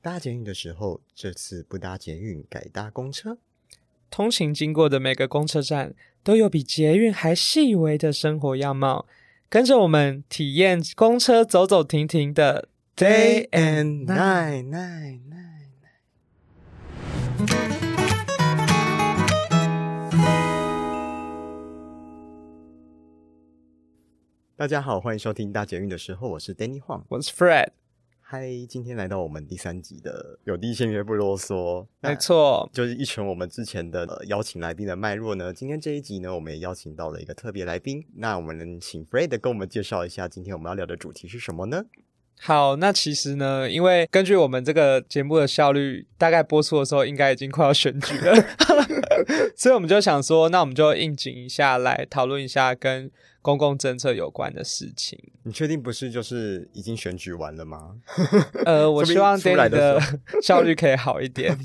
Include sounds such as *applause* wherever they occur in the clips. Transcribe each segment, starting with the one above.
搭捷运的时候，这次不搭捷运，改搭公车。通勤经过的每个公车站都有比捷运还细微的生活样貌，跟着我们体验公车走走停停的 Day and 嗯 night, night, night. 大家好，欢迎收听大捷运的时候，我是 Danny Huang。我是 Fred，嗨，今天来到我们第三集的有地限约不啰嗦，没。错，就是一群我们之前的、呃、邀请来宾的脉络呢，今天这一集呢，我们也邀请到了一个特别来宾。那我们请 Fred 跟我们介绍一下，今天我们要聊的主题是什么呢？好，那其实呢，因为根据我们这个节目的效率，大概播出的时候应该已经快要选举 *laughs* 了，所以我们就想说，那我们就应景一下来讨论一下跟公共政策有关的事情。你确定不是就是已经选举完了吗？ *laughs* 呃，说我不定希望出来 Danny 的的时效率可以好一点。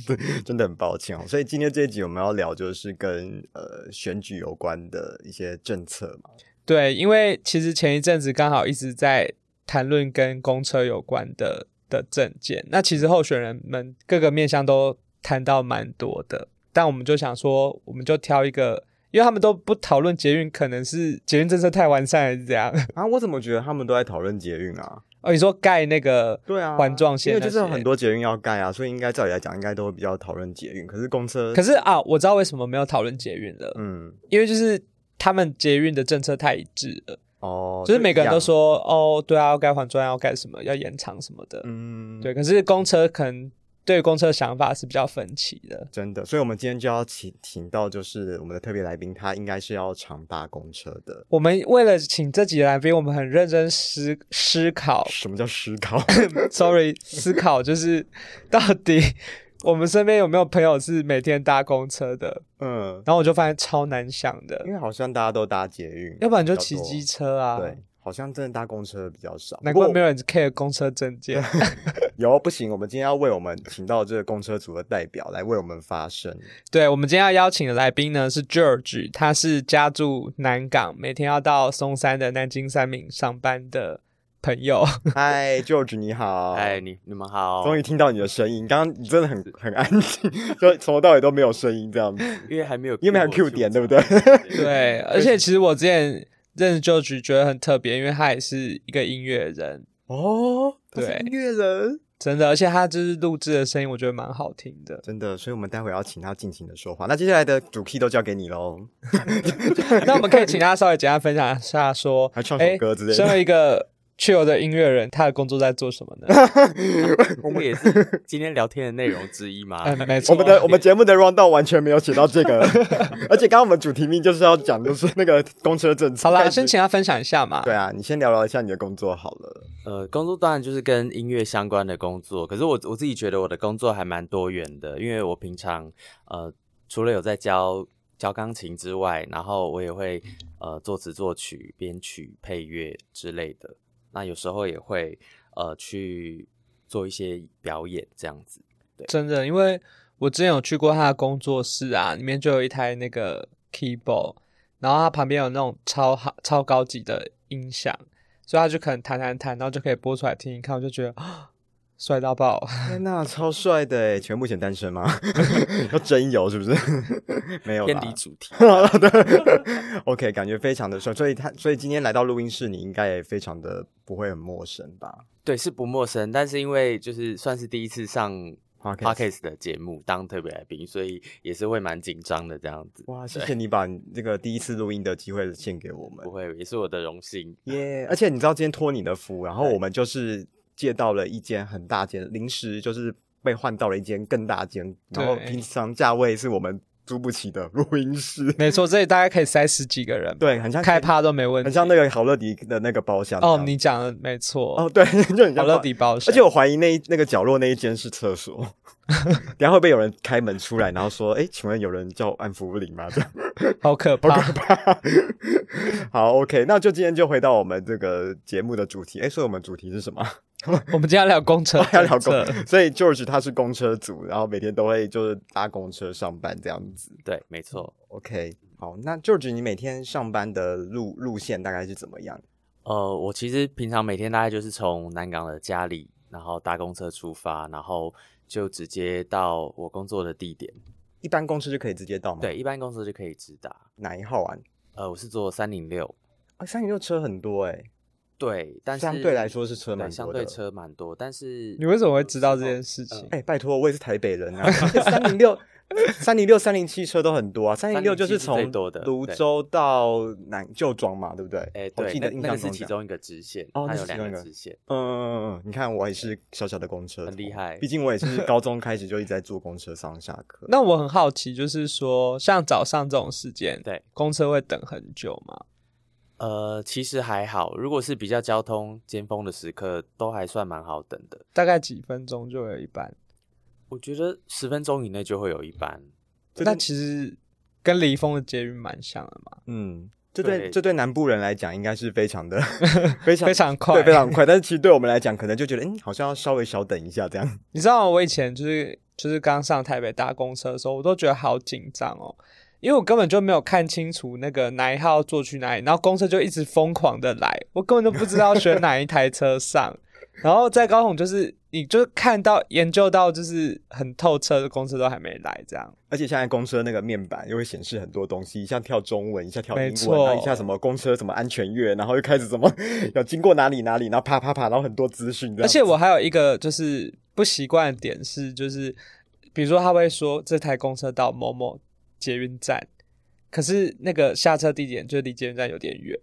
真的很抱歉哦。所以今天这一集我们要聊就是跟呃选举有关的一些政策嘛。对，因为其实前一阵子刚好一直在谈论跟公车有关的的证件，那其实候选人们各个面向都谈到蛮多的，但我们就想说，我们就挑一个，因为他们都不讨论捷运，可能是捷运政策太完善还是怎样？ *laughs* 啊，我怎么觉得他们都在讨论捷运啊？哦，你说盖那个对啊，环状线因为就是有那些很多捷运要盖啊，所以应该照理来讲，应该都会比较讨论捷运。可是公车，可是啊，我知道为什么没有讨论捷运了，嗯，因为就是他们捷运的政策太一致了，哦，就是每个人一都样，说哦，对啊，要盖环状，要盖什么，要延长什么的，嗯，对，可是公车可能对公车的想法是比较分歧的。真的，所以我们今天就要请请到，就是我们的特别来宾，他应该是要常搭公车的。我们为了请这几个来宾，我们很认真思思考什么叫思考？ ，sorry，思考就是到底我们身边有没有朋友是每天搭公车的？ *laughs* 嗯，然后我就发现超难想的因，为好像大家都搭捷运，要不然就比较骑多机、车啊。对，，好像真的搭公车比较少。难不怪过没有人 care 公车证 *laughs* 件。有不行，我们今天要为我们请到这个公车组的代表来为我们发声。对，我们今天要邀请的来宾呢是 George，他是家住南港，每天要到松山的南京三明上班的朋友。嗨，George，你 *laughs* 好。哎，。你你们好，终于听到你的声音，刚刚你真的很很安静， *laughs* 就从头到尾都没有声音这样子。因为还没有，因为没有 cue 点对不对？ *laughs* 对，而且其实我之前认识 George 觉得很特别，因为他也是一个音乐人，哦，他是对音乐人，真的，而且他就是录制的声音，我觉得蛮好听 *laughs* 的。真的，所以我们待会要请他尽情的说话。那接下来的主 key 都交给你喽。那我们可以请他稍微简单分享一下说，还唱首哎，歌之类的身为一个去游的音乐人，他的工作在做什 *laughs* 么呢？我们也是今天聊天的内容之一嘛。嗯，没 *laughs* 我错，们的我们节目的 round down 完全没有写到这 *laughs* 个，而且刚刚我们主题命就是要讲就是那个公车政策。好啦，开始先请他分享一下嘛。对啊，你先聊聊一下你的工作好了。呃，工作当然就是跟音乐相关的工作，可是我我自己觉得我的工作还蛮多元的，因为我平常呃除了有在教教钢琴之外，然后我也会呃作词作曲、编曲、配乐之类的。那有时候也会呃去做一些表演这样子。真的，因为我之前有去过他的工作室啊，里面就有一台那个 keyboard，然后他旁边有那种超好、超高级的音响，所以他就可能弹弹弹，然后就可以播出来听一看，我就觉得 *gasps* 啊帅到爆。 *laughs* 天呐，超帅的哎！全部显单 *laughs* 身吗？要真有是不 *laughs* 是？没有偏啦离。主题，对 OK，感觉非常的帅，所以他所以今天来到录音室，你应该也非常的不会很陌生吧对，是不陌生，但是因为就是算是第一次上 Podcast podcast 的节目当特别来宾，所以也是会蛮紧张的这样子。哇，谢谢你把你这个第一次录音的机会献给我们不。会，也是我的荣幸。耶而且你知道今天托你的福，然后我们就是借到了一间很大间，临时就是被换到了一间更大间，然后对平常价位是我们租不起的录音室。没错，这里大概可以塞十几个人，，对，很像开，趴都没问题。很像那个好乐迪的那个包厢这哦样。，你讲的没错，哦，对， *laughs* 就很像好乐迪包而厢，且我怀疑那一那个角落那一间是厕 *laughs* 所，等一下会不会有人开门出来，然后说：“哎、请问有人叫安福林吗？”这样 *laughs* 好可好怕。可怕。好，OK，那就今天就回到我们这个节目的主题。哎、所以我们主题是什么？ *laughs* 我们今天要聊 *laughs*，公车要聊公公，所以 George 他是公车族，然后每天都会就是搭公车上班这样子。对，没错。 OK，好，那 George 你每天上班的路路线大概是怎么样？呃，我其实平常每天大概就是从南港的家里然后搭公车出发，然后就直接到我工作的地点。一般公司就可以直接到吗？，对，一般公司就可以直达。哪一号啊？呃，我是坐三零六，啊，三零六车很多哎、对，但是相对来说是车蛮对相多的对车蛮多，但是你为什么会知道有时这候件事情？哎、拜托，我也是台北人啊， *laughs* 三零六、三零六、三零七车都很多啊，三零六就是307是最从多的泸对州到南旧庄嘛，对不对？哎，我对，记那得印那象个中是这其样中一个支线，哦那它是有其两中一个个支线，嗯嗯嗯嗯，你看我也是小小的公车，很厉害 *laughs* 毕竟我也是高中开始就一直在坐公车上下课。那我很好奇，就是说，像早上这种时间，对，公车会等很久吗？呃，其实还好，如果是比较交通尖峰的时刻，都还算蛮好等的。大概几分钟就有一班？我觉得十分钟以内就会有一班，这那对其实跟离峰的捷运蛮像的嘛，嗯，这对对这对南部人来讲应该是非常的非常非常快，对非常快，但是其实对我们来讲，可能就觉得嗯，好像要稍微小等一下这样。你知道吗我以前就是就是刚上台北搭公车的时候，我都觉得好紧张哦，因为我根本就没有看清楚那个哪一号坐去哪里，然后公车就一直疯狂的来，我根本就不知道选哪一台车上。 *laughs* 然后在高雄就是你就是看到研究到就是很透彻的公车都还没来这样，而且现在公车那个面板又会显示很多东西，一下跳中文，一下跳没英文，错然后一下什么公车什么安全乐，然后又开始什么要经过哪里哪里，然后啪啪啪，然后很多资讯这样。而且我还有一个就是不习惯的点是，就是比如说他会说这台公车到某某捷运站，可是那个下车地点就离捷运站有点远，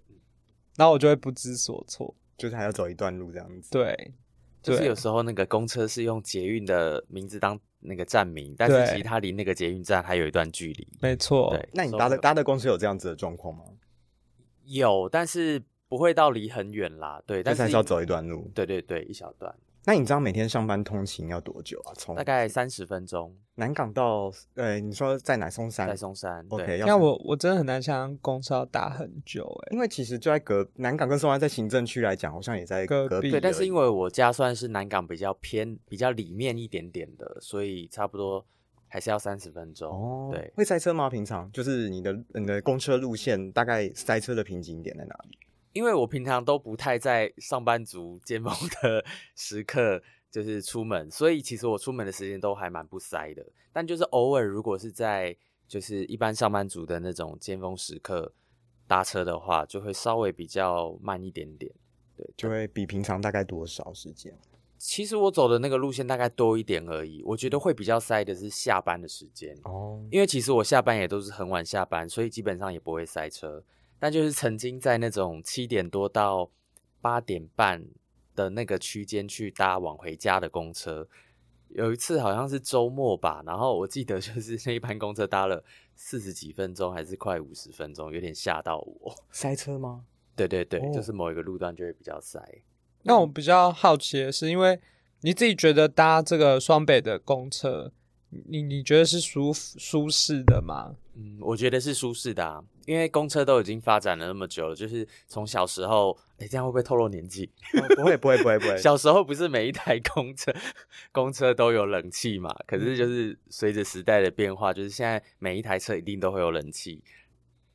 然后我就会不知所措。就是还要走一段路这样子。对，就是对有时候那个公车是用捷运的名字当那个站名，但对是其实它离那个捷运站还有一段距离。没错，对，哦那你所以搭的我搭的公车有这样子的状况吗？有，但是不会到离很远啦。对，但但是是还是要走一段路。对对对，一小段，那你知道每天上班通勤要多久啊？从大概三十分钟，南港到呃，你说在哪松山在松山。 ？OK，对，要那是嗯我我真的很难想象公车要打很久哎、因为其实就在隔南港跟松山，在行政区来讲，好像也在隔隔壁而壁已。对，但是因为为我家算是南港比较偏、比较里面一点点的，所以差不多还是要三十分钟。哦，对，会塞车吗？平常就是你的你的公车路线大概塞车的瓶颈点在哪里？因为我平常都不太在上班族 *laughs* 尖峰的时刻就是出门，所以其实我出门的时间都还蛮不塞的。但就是偶尔如果是在就是一般上班族的那种尖峰时刻搭车的话，就会稍微比较慢一点点。对，就会比平常大概多少时间？其实我走的那个路线大概多一点而已，我觉得会比较塞的是下班的时间。哦，因为其实我下班也都是很晚下班，所以基本上也不会塞车。但就是曾经在那种七点多到八点半的那个区间去搭往回家的公车，有一次好像是周末吧，然后我记得就是那一班公车搭了四十几分钟，还是快五十分钟，有点吓到我。 *laughs* 塞车吗？对对对，哦就是某一个路段就会比较塞。那我比较好奇的是，因为你自己觉得搭这个双北的公车，你你觉得是舒服舒适的吗？嗯，我觉得是舒适的啊，因为公车都已经发展了那么久了，就是从小时候，哎，这样会不会透露年纪？哦不会不会不会不会，小时候不是每一台公车公车都有冷气嘛？可是就是随着时代的变化，就是现在每一台车一定都会有冷气。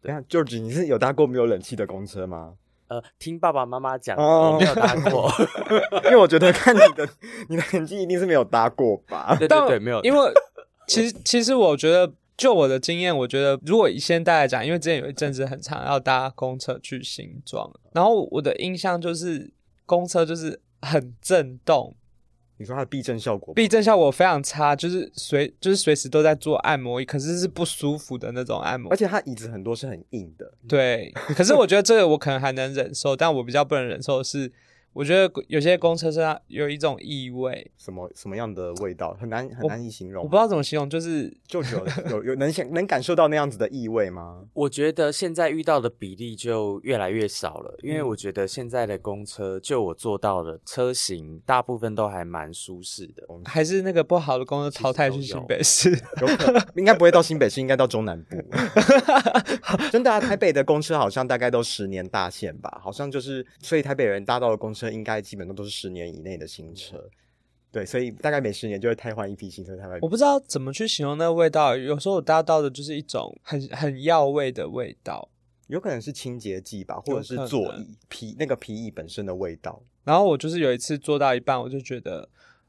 等一下 George，你是有搭过没有冷气的公车吗？呃，听爸爸妈妈讲，哦我没有搭 *laughs* 过。因为我觉得看你的你的年纪一定是没有搭过吧。对但对对，没有。因为为其 *laughs* 实其实我觉得，就我的经验，我觉得如果以现代来讲，因为之前有一阵子很常要搭公车去新庄，然后我的印象就是公车就是很震动，你说它的避震效果不避震效果非常差，就是随就是随时都在做按摩椅，可是是不舒服的那种按摩 *laughs* 而。且它椅子很多是很硬的，对，可是我觉得这个我可能还能忍受，但我比较不能忍受的是，我觉得有些公车身上有一种异味，什么什么样的味道很难很我难以形容。我不知道怎么形容，就是就有有有能想能感受到那样子的异味吗？我觉得现在遇到的比例就越来越少了，因为我觉得现在的公车，就我坐到的车型，大部分都还蛮舒适的。还是那个不好的公司淘汰去新北市。有可能应该不会到新北市，应该到中南部。 *laughs* 真的啊，台北的公车好像大概都十年大限吧，好像就是，所以台北人搭到的公车应该基本上都是十年以内的新车。对，所以大概每十年就会汰换一批新车，汰换一批我不知道怎么去形容那个味道，有时候我搭到的就是一种很很药味的味道，有可能是清洁剂吧，或者是有可能座椅皮那个皮椅本身的味道。然后我就是有一次做到一半，我就觉得，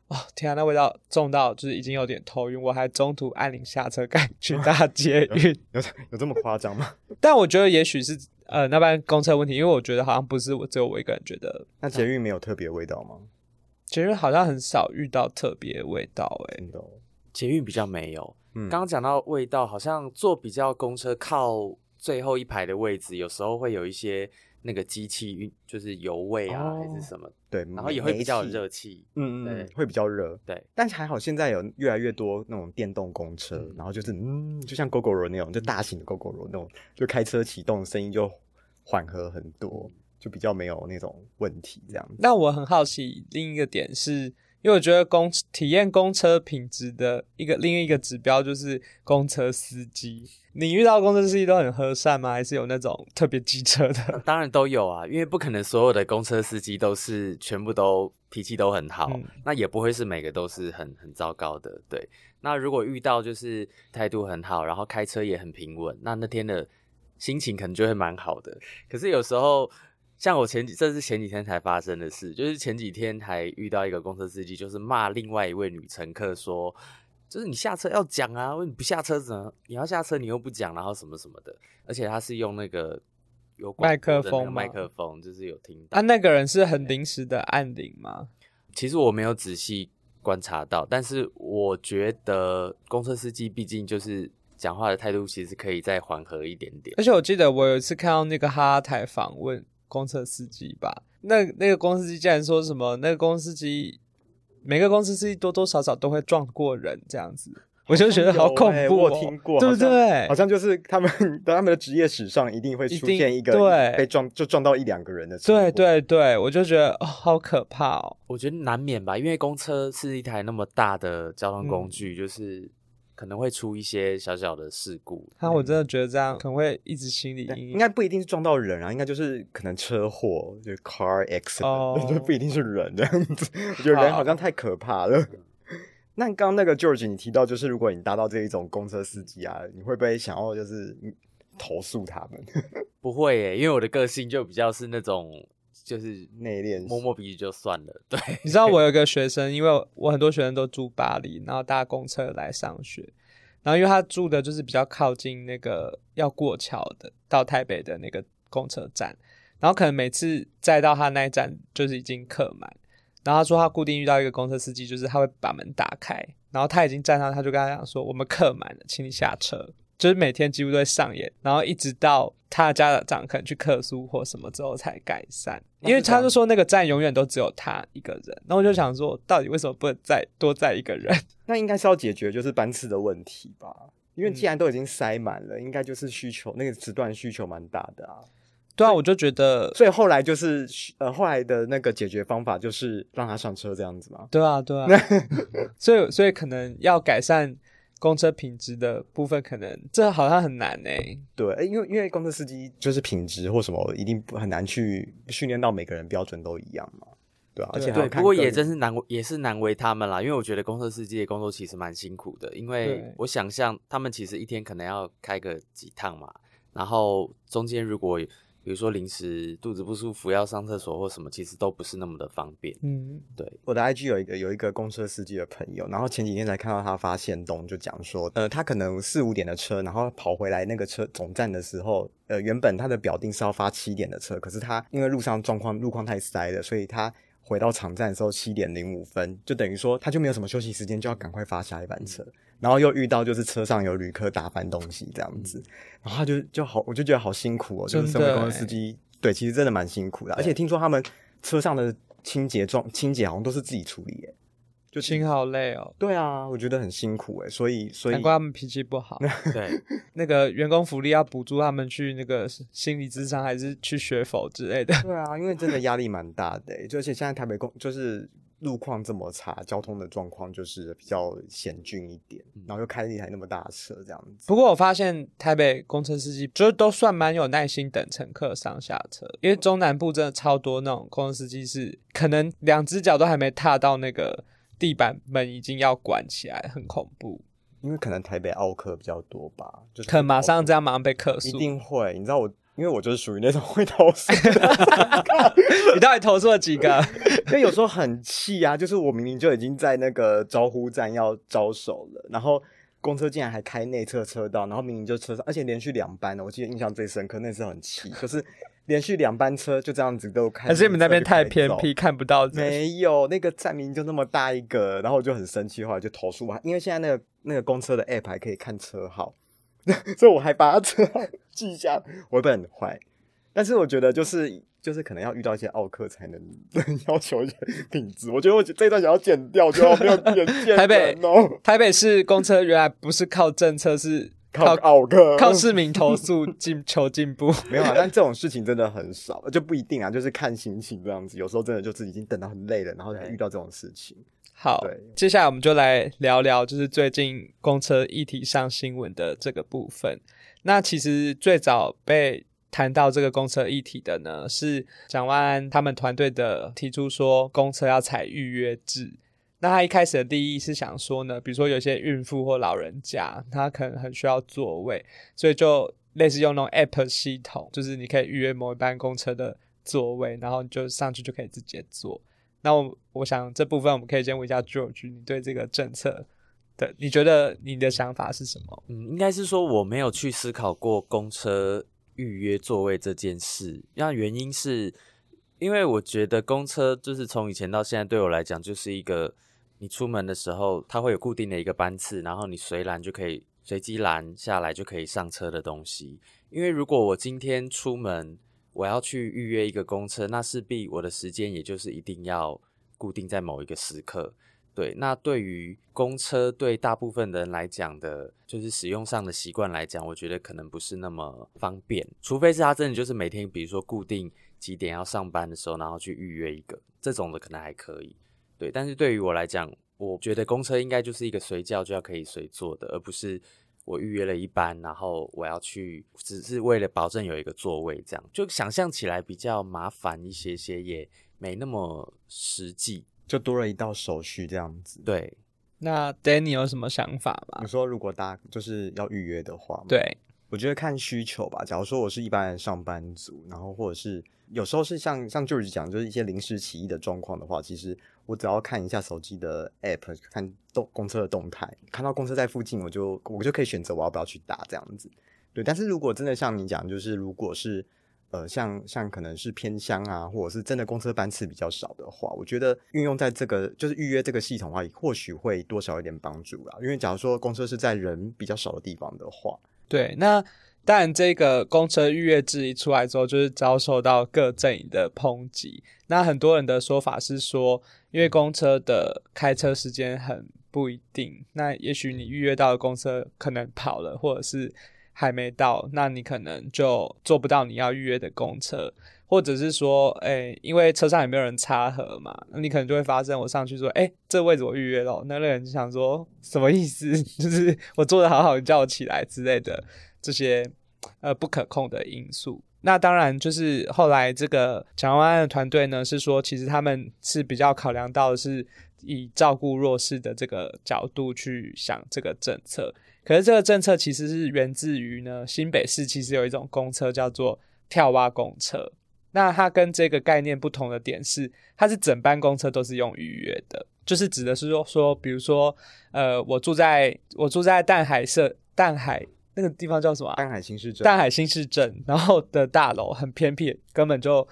哦天啊，那味道重到就是已经有点头晕，我还中途按铃下车 *laughs* 赶去搭捷运。有有这么夸张吗？ *laughs* 但我觉得也许是呃那班公车问题，因为我觉得好像不是我只有我一个人觉得，那捷运没有特别味道 *laughs* 吗？捷运好像很少遇到特别味道欸诶、真的哦，捷运比较没有。嗯刚刚讲到味道，好像坐比较公车靠最后一排的位置，有时候会有一些那个机器运，就是油味啊、哦还是什么，对，然后也煤会比较有气热气。嗯嗯，嗯对会比较热。对，但是还好现在有越来越多那种电动公车，嗯然后就是嗯，就像 g o g o r o 那种，就大型的 g o g o r o 那种，就开车启动声音就缓和很多，就比较没有那种问题这样子。那我很好奇另一个点是，因为我觉得公体验公车品质的一个另一个指标就是公车司机。你遇到公车司机都很和善吗？还是有那种特别机车 *laughs* 的？当然都有啊，因为不可能所有的公车司机都是全部都脾气都很好，嗯那也不会是每个都是很很糟糕的。对，那如果遇到就是态度很好，然后开车也很平稳，那那天的心情可能就会蛮好的。可是有时候，像我前几，这是前几天才发生的事，就是前几天还遇到一个公车司机，就是骂另外一位女乘客说。就是你下车要讲啊，为什么不下车怎么？你要下车你又不讲，然后什么什么的，而且他是用那个有广麦克播的那个风麦吗克风就是有听到啊，那个人是很临时的按铃吗？其实我没有仔细观察到，但是我觉得公车司机毕竟就是讲话的态度，其实可以再缓和一点点。而且我记得我有一次看到那个哈哈台访问公车司机吧，那那个公司司机竟然说什么，那个公司司机每个公司司机多多少少都会撞过人这样子，我就觉得好恐有欸怖、我哦有听过，对不好像对好？像就是他们 *laughs* 在他们的职业史上一定会一出定现一个对被撞就撞到一两个人的情对况，对对，我就觉得哦，好可怕哦。我觉得难免吧，因为公车是一台那么大的交通嗯工具，就是可能会出一些小小的事故。那我真的觉得这样可能会一直心理但阴嗯应影。该不一定是撞到人啊，应该就是可能车祸，就是 car accident，、哦就不一定是人这样子。 *laughs* 我觉得人好像太可怕了。 *laughs* 那刚刚那个 George 你提到，就是如果你搭到这一种公车司机啊，你会不会想要就是嗯投诉他们 *laughs* 不会耶，因为我的个性就比较是那种就是内敛型摸摸鼻子就算了。对，你知 *laughs* 道我有一个学生，因为我很多学生都住巴黎，然后搭公车来上学，然后因为他住的就是比较靠近那个要过桥的到台北的那个公车站，然后可能每次再到他那一站就是已经客满，然后他说他固定遇到一个公车司机，就是他会把门打开，然后他已经站上，他就跟他讲说我们客满了，请你下车。就是每天几乎都会上演，然后一直到他的家长可能去客诉或什么之后才改善，因为他就说那个站永远都只有他一个人。那我就想说，到底为什么不能再多载一个人？那应该是要解决就是班次的问题吧，因为既然都已经塞满了，应该就是需求那个时段需求蛮大的啊。对啊，我就觉得，所以后来就是呃后来的那个解决方法就是让他上车这样子嘛。对 *laughs* 啊，对啊。所以，所以可能要改善公车品质的部分，可能这好像很难欸诶、对，诶因为因为公车司机就是品质或什么，一定不很难去训练到每个人标准都一样嘛，对啊，而对且还要对，看不过也个真人是难为，也是难为他们啦。因为我觉得公车司机的工作其实蛮辛苦的，因为对我想象他们其实一天可能要开个几趟嘛，然后中间如果比如说临时肚子不舒服要上厕所或什么，其实都不是那么的方便。嗯，我的 IG 有一个有一个公车司机的朋友，然后前几天才看到他发现东，就讲说，呃，他可能四五点的车，然后跑回来那个车总站的时候，呃，原本他的表定是要发七点的车，可是他因为路上状况路况太塞了，所以他。回到场站的时候七点零五分，就等于说他就没有什么休息时间，就要赶快发下一班车，然后又遇到就是车上有旅客打翻东西这样子，然后他就就好，我就觉得好辛苦哦，就是嗯真身为的公车欸司机，对，其实真的蛮辛苦的，而且听说他们车上的清洁状清洁好像都是自己处理耶，就心好累哦。对啊，我觉得很辛苦哎，所以所以难怪他们脾气不 *laughs* 好。对，那个员工福利要补助他们去那个心理智商，还是去学否之类的。对啊，因为真的压力蛮大的欸耶，就而且现在台北公就是路况这么差，交通的状况就是比较险峻一点，然后又开了一台那么大的车这样子，嗯不过我发现台北公车司机就是都算蛮有耐心等乘客上下车，因为中南部真的超多那种公车司机是可能两只脚都还没踏到那个地板，门已经要关起来，很恐怖，因为可能台北奥客比较多吧，就是可能马上这样样马上被客一诉。定会，你知道我。因为我就是属于那种 *laughs* 会投诉的，你到底投诉了 *laughs* 几个？因为有时候很气啊，就是我明明就已经在那个招呼站要招手了，然后公车竟然还开内侧车道，然后明明就车上，而且连续两班哦呢，我记得印象最深刻，那时候很气，就是连续两班车就这样子都开，还是你们那边太偏僻？僻，看不到人？没有，那个站名就那么大一个，然后我就很生气，后来就投诉吧，因为现在那个那个公车的 app 还可以看车号， *laughs* 所以我还把它车号记下来，我会不会很坏？但是我觉得就是就是可能要遇到一些奥克才能 *laughs* 要求一些品质，我觉得我这一段想要剪掉，我觉得我没 *laughs* 有远见台北人哦，台北市公车原来不是靠政策，是靠奥克靠市民投诉进求进步。没有啊，但这种事情真的很少，就不一定啊，就是看心情这样子，有时候真的就是已经等到很累了，然后才遇到这种事情。好对，接下来我们就来聊聊，就是最近公车议题上新闻的这个部分。那其实最早被谈到这个公车议题的呢，是蒋万安他们团队的提出说，公车要采预约制。那他一开始的第一是想说呢，比如说有些孕妇或老人家，他可能很需要座位，所以就类似用那种 app 系统，就是你可以预约某一班公车的座位，然后你就上去就可以直接坐。那我我想这部分我们可以先问一下 George，你对这个政策的，你觉得你的想法是什么？嗯，应该是说我没有去思考过公车预约座位这件事。那原因是因为我觉得公车就是从以前到现在对我来讲，就是一个你出门的时候，它会有固定的一个班次，然后你随拦就可以随机拦下来就可以上车的东西。因为如果我今天出门，我要去预约一个公车，那势必我的时间也就是一定要固定在某一个时刻。对，那对于公车对大部分人来讲的，就是使用上的习惯来讲，我觉得可能不是那么方便，除非是他真的就是每天，比如说固定几点要上班的时候，然后去预约一个这种的，可能还可以。对，但是对于我来讲，我觉得公车应该就是一个随叫就要可以随坐的，而不是我预约了一班，然后我要去，只是为了保证有一个座位，这样就想象起来比较麻烦一些些，也没那么实际。就多了一道手续这样子，对，那 Danny 有什么想法吗你？说如果大家就是要预约的话吗，对，我觉得看需求吧。假如说我是一般的上班族，然后或者是有时候是像像就是讲就是一些临时起意的状况的话，其实我只要看一下手机的 app，看动公车的动态，看到公车在附近，我就我就可以选择我要不要去搭这样子。对，但是如果真的像你讲，就是如果是呃像像可能是偏乡啊，或者是真的公车班次比较少的话，我觉得运用在这个就是预约这个系统的话，或许会多少有点帮助啦。因为假如说公车是在人比较少的地方的话。对，那当然，这个公车预约制一出来之后，就是遭受到各阵营的抨击。那很多人的说法是说，因为公车的开车时间很不一定，那也许你预约到的公车可能跑了，或者是还没到，那你可能就坐不到你要预约的公车。或者是说，哎、因为车上也没有人插盒嘛，那你可能就会发生我上去说，哎、这位置我预约了，哦那那个人就想说什么意思？ *laughs* 就是我坐的好好，你叫我起来之类的这些呃不可控的因素。那当然，就是后来这个蒋万安的团队呢，是说其实他们是比较考量到的是以照顾弱势的这个角度去想这个政策，可是这个政策其实是源自于呢，新北市其实有一种公车叫做跳蛙公车。那它跟这个概念不同的点是，它是整班公车都是用预约的，就是指的是说说，比如说，呃，我住在我住在淡海社淡海那个地方叫什么啊、淡海新市镇，淡海新市镇，然后的大楼很偏僻，根本就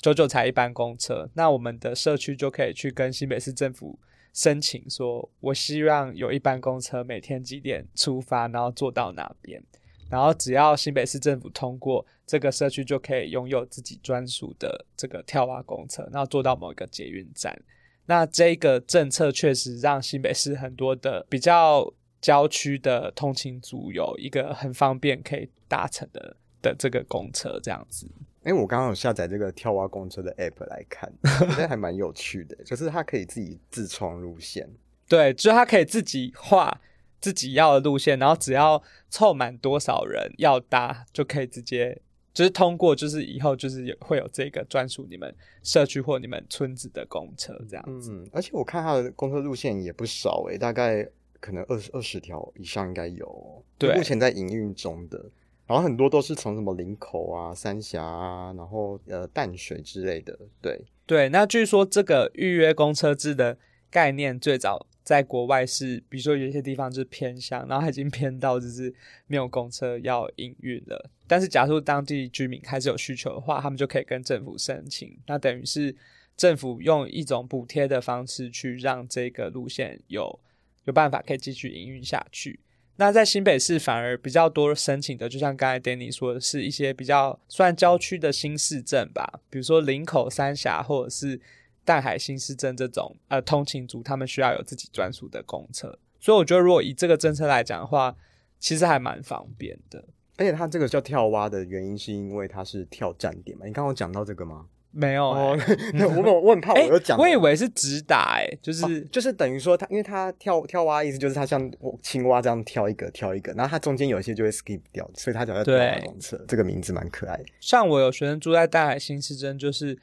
久久才一班公车。那我们的社区就可以去跟新北市政府申请说，我希望有一班公车每天几点出发，然后坐到哪边。然后只要新北市政府通过，这个社区就可以拥有自己专属的这个跳蛙公车，然后坐到某一个捷运站。那这个政策确实让新北市很多的比较郊区的通勤族有一个很方便可以搭乘的的这个公车这样子。哎、我刚刚有下载这个跳蛙公车的 app 来 *laughs* 看，我觉得还蛮有趣的，就是它可以自己自创路线。对，就是它可以自己画自己要的路线，然后只要凑满多少人要搭，就可以直接就是通过，就是以后就是有会有这个专属你们社区或你们村子的公车这样子。嗯，而且我看它的公车路线也不少哎、大概可能二十二十条以上应该有哦。对目前在营运中的。然后很多都是从什么林口啊、三峡啊，然后呃淡水之类的，对，对，那据说这个预约公车制的概念最早在国外是，比如说有一些地方就是偏乡，然后它已经偏到就是没有公车要营运了。但是假如当地居民还是有需求的话，他们就可以跟政府申请，那等于是政府用一种补贴的方式去让这个路线有有办法可以继续营运下去。那在新北市反而比较多申请的，就像刚才 Danny 说的，是一些比较算郊区的新市镇吧，比如说林口、三峡或者是淡海新市镇这种，呃，通勤族他们需要有自己专属的公车。所以我觉得，如果以这个政策来讲的话，其实还蛮方便的。而且它这个叫跳蛙的原因是因为它是跳站点嘛，你刚刚有讲到这个吗？ *laughs* 没有、欸，哦，那我我我很怕我哎、又讲了，我以为是直达、欸，哎，就是、哦就是等于说它，因为它跳跳蛙意思就是它像青蛙这样跳一个跳一个，然后它中间有一些就会 skip 掉，所以它叫它跳蛙对公车，这个名字蛮可爱的。像我有学生住在大海新市镇，就是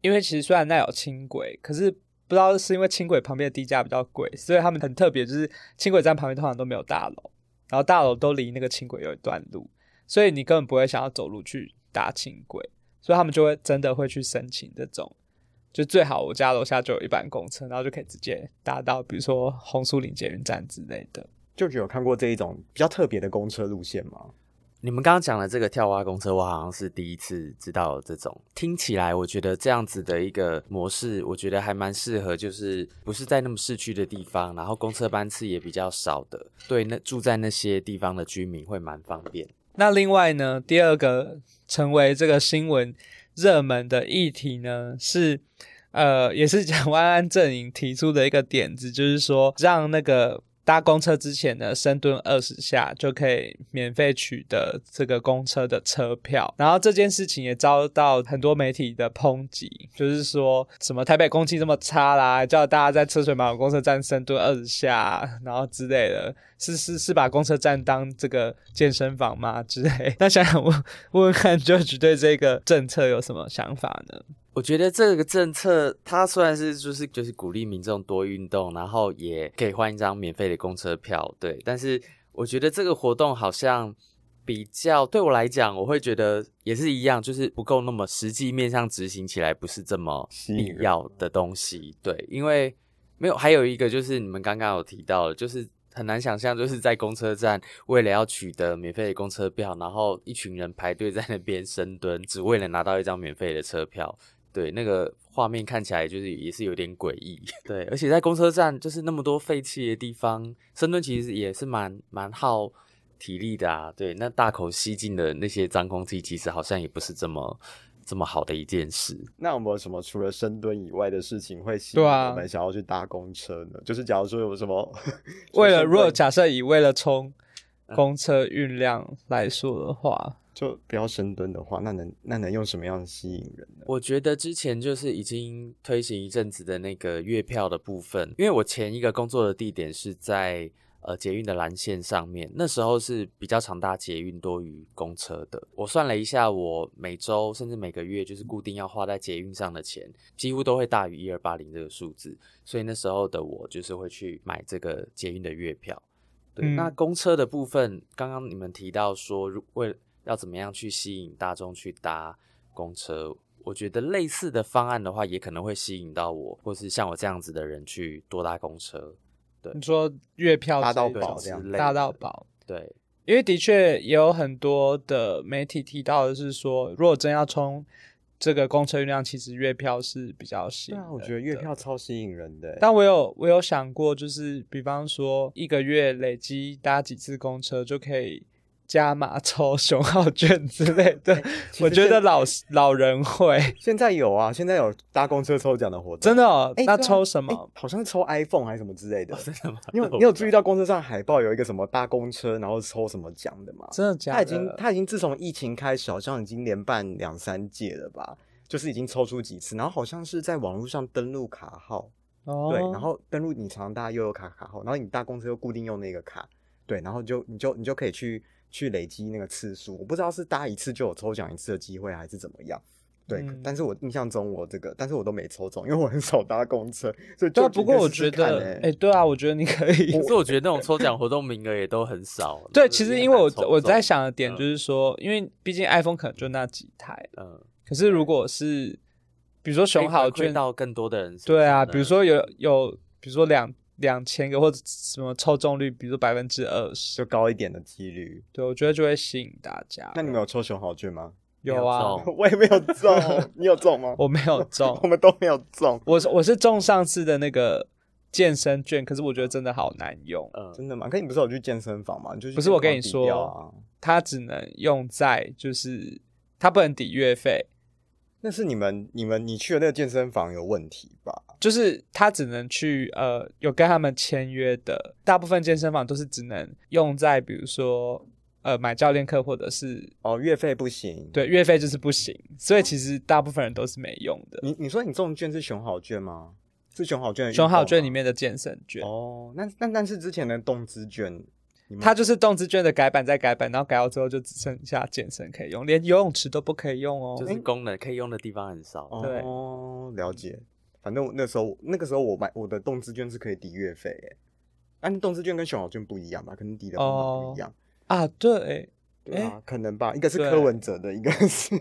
因为其实虽然那有轻轨，可是不知道是因为轻轨旁边的地价比较贵，所以他们很特别，就是轻轨站旁边通常都没有大楼，然后大楼都离那个轻轨有一段路，所以你根本不会想要走路去搭轻轨，所以他们就会真的会去申请这种。就最好我家楼下就有一班公车，然后就可以直接搭到，比如说红树林捷运站之类的。舅舅有看过这一种比较特别的公车路线吗？你们刚刚讲的这个跳蛙公车，我好像是第一次知道有这种。听起来，我觉得这样子的一个模式，我觉得还蛮适合，就是不是在那么市区的地方，然后公车班次也比较少的，对那住在那些地方的居民会蛮方便。那另外呢，第二个成为这个新闻热门的议题呢，是呃，也是蒋 *laughs* 万安阵营提出的一个点子，就是说让那个搭公车之前呢，深蹲二十下就可以免费取得这个公车的车票。然后这件事情也遭到很多媒体的抨击，就是说什么台北空气这么差啦，叫大家在车水马龙公车站深蹲二十下，然后之类的，是是是把公车站当这个健身房吗之类？ *laughs* 那想想问问问看 George 对这个政策有什么想法呢？我觉得这个政策，它虽然是就是就是鼓励民众多运动，然后也可以换一张免费的公车票，对。但是我觉得这个活动好像比较对我来讲，我会觉得也是一样，就是不够那么实际面上执行起来不是这么吸引必人要的东西，对。因为没有，还有一个就是你们刚刚有提到的，就是很难想象，就是在公车站为了要取得免费的公车票，然后一群人排队在那边深蹲，只为了拿到一张免费的车票。对，那个画面看起来就是也是有点诡异。 *laughs* 对，而且在公车站就是那么多废弃的地方，深蹲其实也是蛮蛮耗体力的啊。对，那大口吸进的那些脏空气，其实好像也不是这么这么好的一件事。那有没有什么除了深蹲以外的事情会吸引对啊我们想要去搭公车呢？就是假如说有什么 *laughs* 为了深蹲如果假设以为了冲嗯公车运量来说的话，就不要深蹲的话，那能那能用什么样的吸引人呢？我觉得之前就是已经推行一阵子的那个月票的部分，因为我前一个工作的地点是在呃捷运的蓝线上面，那时候是比较常搭捷运多于公车的。我算了一下，我每周甚至每个月就是固定要花在捷运上的钱，几乎都会大于一二八零这个数字，所以那时候的我就是会去买这个捷运的月票。对，嗯那公车的部分，刚刚你们提到说，如为要怎么样去吸引大众去搭公车，我觉得类似的方案的话，也可能会吸引到我，或是像我这样子的人去多搭公车。你说月票搭到之类宝的这样之类的搭到宝。对，因为的确也有很多的媒体提到的是说，如果真要冲这个公车运量，其实月票是比较吸对引啊，我人觉得月的票超吸引人的欸。但我有我有想过，就是比方说一个月累积搭几次公车就可以加码 *laughs* 抽熊浩券之类的。欸哎其实我觉得现老老人会现在有啊，现在有搭公车抽奖的活动，真的、哦哎。那对啊抽什哎么？好像抽 iPhone 还是什么之类的。真的吗？ *laughs* 你有你有注意到公车上海报有一个什么搭公车然后抽什么奖的吗？真的假的？他已经他已经自从疫情开始，好像已经连办两三届了吧，就是已经抽出几次，然后好像是在网络上登录卡号，哦对，然后登录你常常搭悠游卡卡号，然后你搭公车又固定用那个卡，对，然后就你就你就可以去去累积那个次数，我不知道是搭一次就有抽奖一次的机会还是怎么样，对，嗯但是我印象中我这个，但是我都没抽中，因为我很少搭公车，所以对就啊，不过我觉得，哎、哎、对啊，我觉得你可以。可是我觉得那种抽奖活动名额也都很少。 *laughs* 对，就是其实也因为很我难抽我在中，想的点就是说，因为毕竟 iPhone 可能就那几台，嗯，可是如果是比如说可以熊好回馈券，到更多的人。对啊，比如，说有有，比如说两两千个或者什么抽中率，比如说百分之二十就，高一点的几率。对我觉得就会吸引大家。那你们有抽熊好券吗？ *laughs* 有啊？中我也没有 *laughs* 中，你有中吗？我没有 *laughs* 中我，们都没有中，我是我是中上次的那个健身券，可是我觉得真的好难用，嗯，真的吗？可你不是有去健身房吗？你就去不是我跟你健身房抵说掉啊，它只能用在就是它不能抵月费，那是你们你们你去的那个健身房有问题吧？就是他只能去呃有跟他们签约的，大部分健身房都是只能用在比如说呃买教练课或者是哦，月费不行。，对月费就是不行，所哦以其实大部分人都是没用的。你你说你中的券是熊好券吗？是熊好券的运动熊吗，好券里面的健身券，啊哦，那那但是之前的动资券，你们它就是动资券的改版再改版，然后改到最后就只剩下健身可以用，连游泳池都不可以用哦。就是功能可以用的地方很少。对哦，了解。反正我那时候那个时候我买我的动资券是可以抵月费诶，啊，那动资券跟熊好券不一样吧？可能抵的方法不一样。啊，对，对啊，可能吧，一个是柯对文哲的，一个是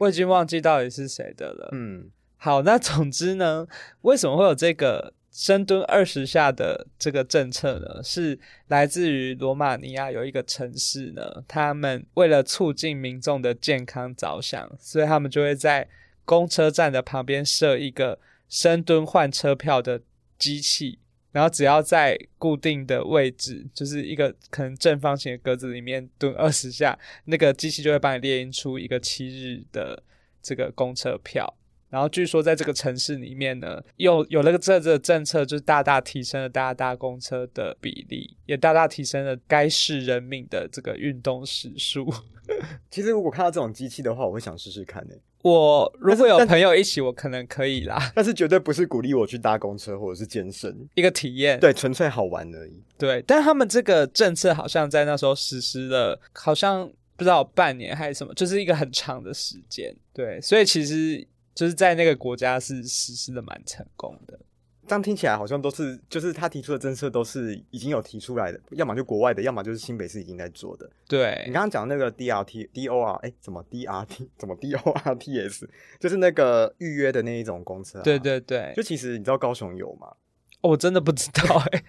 我已经忘记到底是谁的了。嗯，好，那总之呢，为什么会有这个深蹲二十下的这个政策呢？是来自于罗马尼亚有一个城市呢，他们为了促进民众的健康着想，所以他们就会在公车站的旁边设一个深蹲换车票的机器。然后只要在固定的位置，就是一个可能正方形的格子里面蹲二十下，那个机器就会帮你列印出一个七日的这个公车票。然后据说在这个城市里面呢，有有了这这个政策，就大大提升了大家搭公车的比例，也大大提升了该市人民的这个运动时数。 *laughs* 其实如果看到这种机器的话，我会想试试看诶，我如果有但是朋友一起，我可能可以啦， *laughs* 但是绝对不是鼓励我去搭公车或者是健身，一个体验。对，纯粹好玩而已。对，但他们这个政策好像在那时候实施了，好像不知道半年还是什么，就是一个很长的时间。对，所以其实就是在那个国家是实施的蛮成功的。这样听起来好像都是，就是他提出的政策都是已经有提出来的，要么就国外的，要么就是新北市已经在做的。你对，刚刚讲那个 DRT DOR，哎，怎么 DRT *laughs* 怎么 DORTS，就是那个预约的那一种公车、啊对，对对，就其实你知道高雄有吗？哦我真的不知道哎、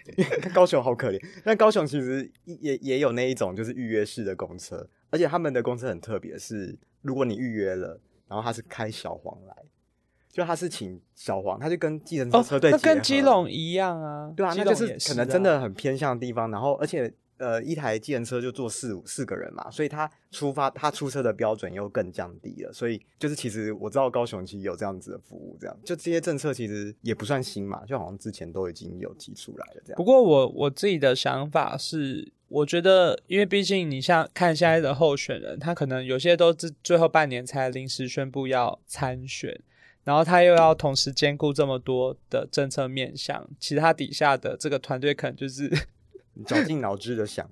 高雄好可怜，但高雄其实也也有那一种就是预约式的公车，而且他们的公车很特别，是如果你预约了，然后他是开小黄来，就他是请小黄，他就跟计程车哦，车队、那跟基隆一样啊，对啊，基那隆就是也是可能真的很偏向的地方，然后而且呃，一台计程车就坐四五四个人嘛，所以他出发他出车的标准又更降低了，所以就是其实我知道高雄其实有这样子的服务，这样就这些政策其实也不算新嘛，就好像之前都已经有提出来了这样不。过我我自己的想法是，我觉得，因为毕竟你像看现在的候选人，他可能有些都是最后半年才临时宣布要参选，然后他又要同时兼顾这么多的政策面向，其实他底下的这个团队可能就是 *laughs* 你绞尽脑汁的想，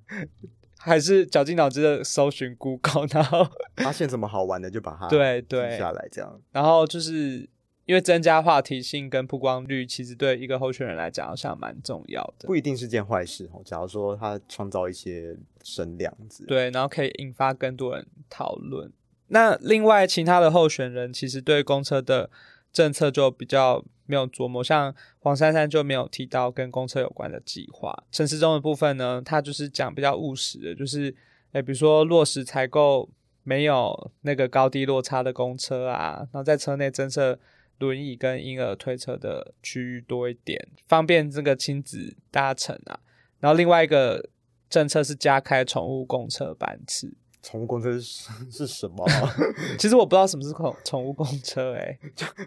还是绞尽脑汁的搜寻 Google，然后发现什么好玩的就把它对记对，下来，这样然后就是。因为增加话题性跟曝光率，其实对一个候选人来讲，好像蛮重要的。不一定是件坏事哦。假如说他创造一些声量之类的，对，然后可以引发更多人讨论。那另外其他的候选人其实对公车的政策就比较没有琢磨，像黄珊珊就没有提到跟公车有关的计划。陈时中的部分呢，他就是讲比较务实的，就是诶，比如说落实采购没有那个高低落差的公车啊，然后在车内增设轮椅跟婴儿推车的区域多一点，方便这个亲子搭乘啊。然后另外一个政策是加开宠物公车班次。 *clears throat* 宠物公车是 *laughs* 是什么？啊其实我不知道什么是宠宠物公车、欸，